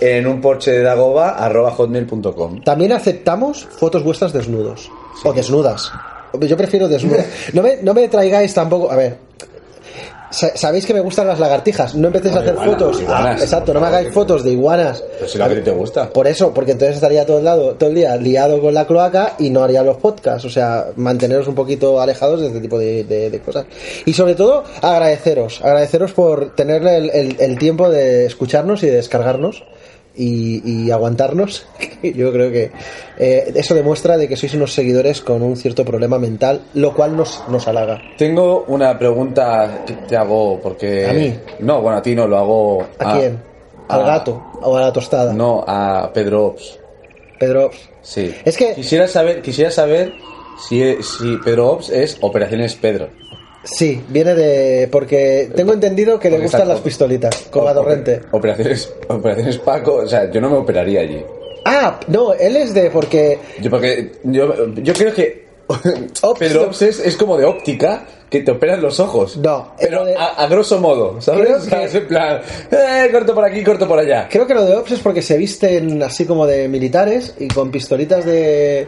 en un porche de Dagoba arroba hotmail.com. También aceptamos fotos vuestras desnudos. O desnudas. Yo prefiero desnudas. No me, no me traigáis tampoco. A ver. sa- Sabéis que me gustan las lagartijas. No empecéis a hacer iguanas, fotos. iguanas. Exacto, no me hagáis fotos de iguanas. Pero Pues si lo que a ti te gusta. Por eso, porque entonces estaría todo el, lado, todo el día liado con la cloaca y no haría los podcasts. O sea, manteneros un poquito alejados de este tipo de, de- de cosas. Y sobre todo, agradeceros. Agradeceros por tener el, el- el tiempo de escucharnos y de descargarnos y, y aguantarnos. [LAUGHS] Yo creo que eh, eso demuestra de que sois unos seguidores con un cierto problema mental, lo cual nos, nos halaga. Tengo una pregunta que te hago porque... ¿A mí? No, bueno, a ti no, lo hago... ¿A quién? ¿Al a- gato? ¿O a la tostada? Ah. No, a Pedro Ops. Pedro. Sí. Es que- Quisiera saber, quisiera saber si, e, si Pedro Ops es Operaciones Pedro. Sí, viene de. Porque tengo entendido que le Porque gustan está- las pistolitas, como a Torrente. Operaciones, operaciones Paco, o sea, yo no me operaría allí. Ah, no, él es de porque. Yo, porque, yo, yo creo que [LAUGHS] Ops, Pedro no. Ops es, es como de óptica que te operan los ojos. No, pero es lo de- a, a grosso modo, ¿sabes? Creo O sea, que- es en plan, eh, corto por aquí, corto por allá. Creo que lo de Ops es porque se visten así como de militares y con pistolitas de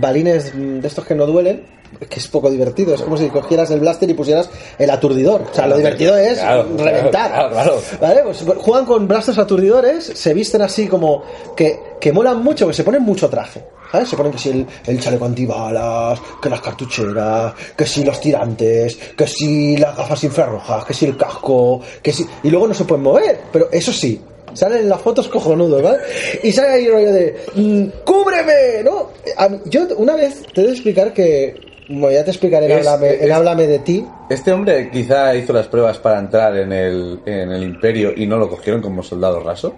balines mm, de estos que no duelen. Que es poco divertido, es como si cogieras el blaster y pusieras el aturdidor. O sea, lo divertido es Claro, claro, reventar. claro, claro. ¿Vale? Pues juegan con brazos aturdidores, se visten así como que, que molan mucho, que se ponen mucho traje. ¿Sabes? Se ponen que si el, el chaleco antibalas, que las cartucheras, que si los tirantes, que si las gafas infrarrojas, que si el casco, que si. Y luego no se pueden mover, pero eso sí. Salen en las fotos cojonudos, ¿vale? Y sale ahí el rollo de. mm, ¡Cúbreme! ¿No? A mí- yo una vez te he de explicar que. Bueno, ya te explicaré en Es- háblame, en es- Háblame de ti. Este hombre quizá hizo las pruebas para entrar en el, en el imperio y no lo cogieron como soldado raso.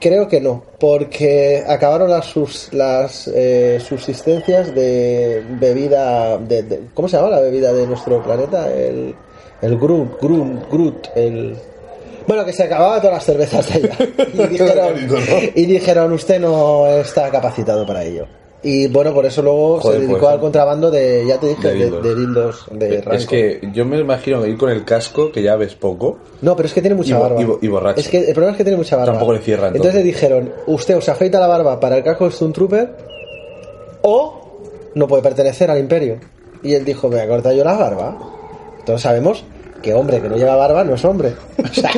Creo que no, porque acabaron las, sus, las eh, subsistencias de bebida. De, de- ¿Cómo se llama la bebida de nuestro planeta? El, el Groot, Groot, Groot, el. Bueno, que se acababan todas las cervezas de [LAUGHS] ella. Y dijeron, y dijeron, usted no está capacitado para ello. Y bueno, por eso luego se Joder, dedicó pues, al contrabando de, ya te dije, de de dildos. de dildos de, es Rancor. que yo me imagino que ir con el casco, que ya ves poco. No, pero es que tiene mucha Y bo- barba. y bo- y borracho. Es que el problema es que tiene mucha barba. Tampoco le cierra, Entonces. entonces. le dijeron, usted os afeita la barba para el casco de Stone Trooper o no puede pertenecer al imperio. Y él dijo, me voy a cortar yo la barba. Entonces sabemos que hombre que no lleva barba no es hombre. [LAUGHS] O sea,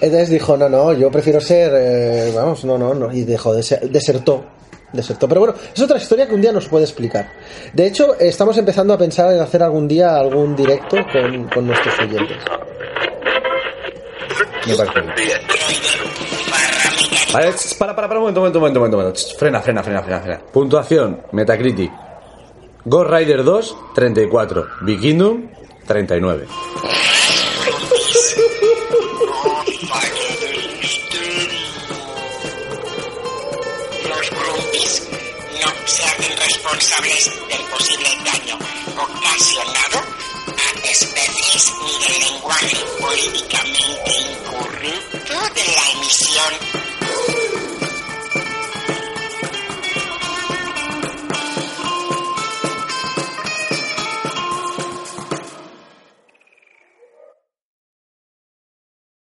entonces dijo, no, no, yo prefiero ser, eh, vamos, no, no, no. Y dejó, de ser- desertó. Desertó. Pero bueno, es otra historia que un día nos puede explicar. De hecho, estamos empezando a pensar en hacer algún día algún directo con, con nuestros oyentes. Me parece bien. Vale, ch, para, para, para, un momento, un momento, un momento, un momento. Ch, Frena, frena, frena, frena, frena. Puntuación, Metacritic. Ghost Rider 2, 34. Vikingdom, 39. Los groupies no se hacen responsables del posible daño ocasionado a especies ni del lenguaje políticamente incorrecto de la emisión.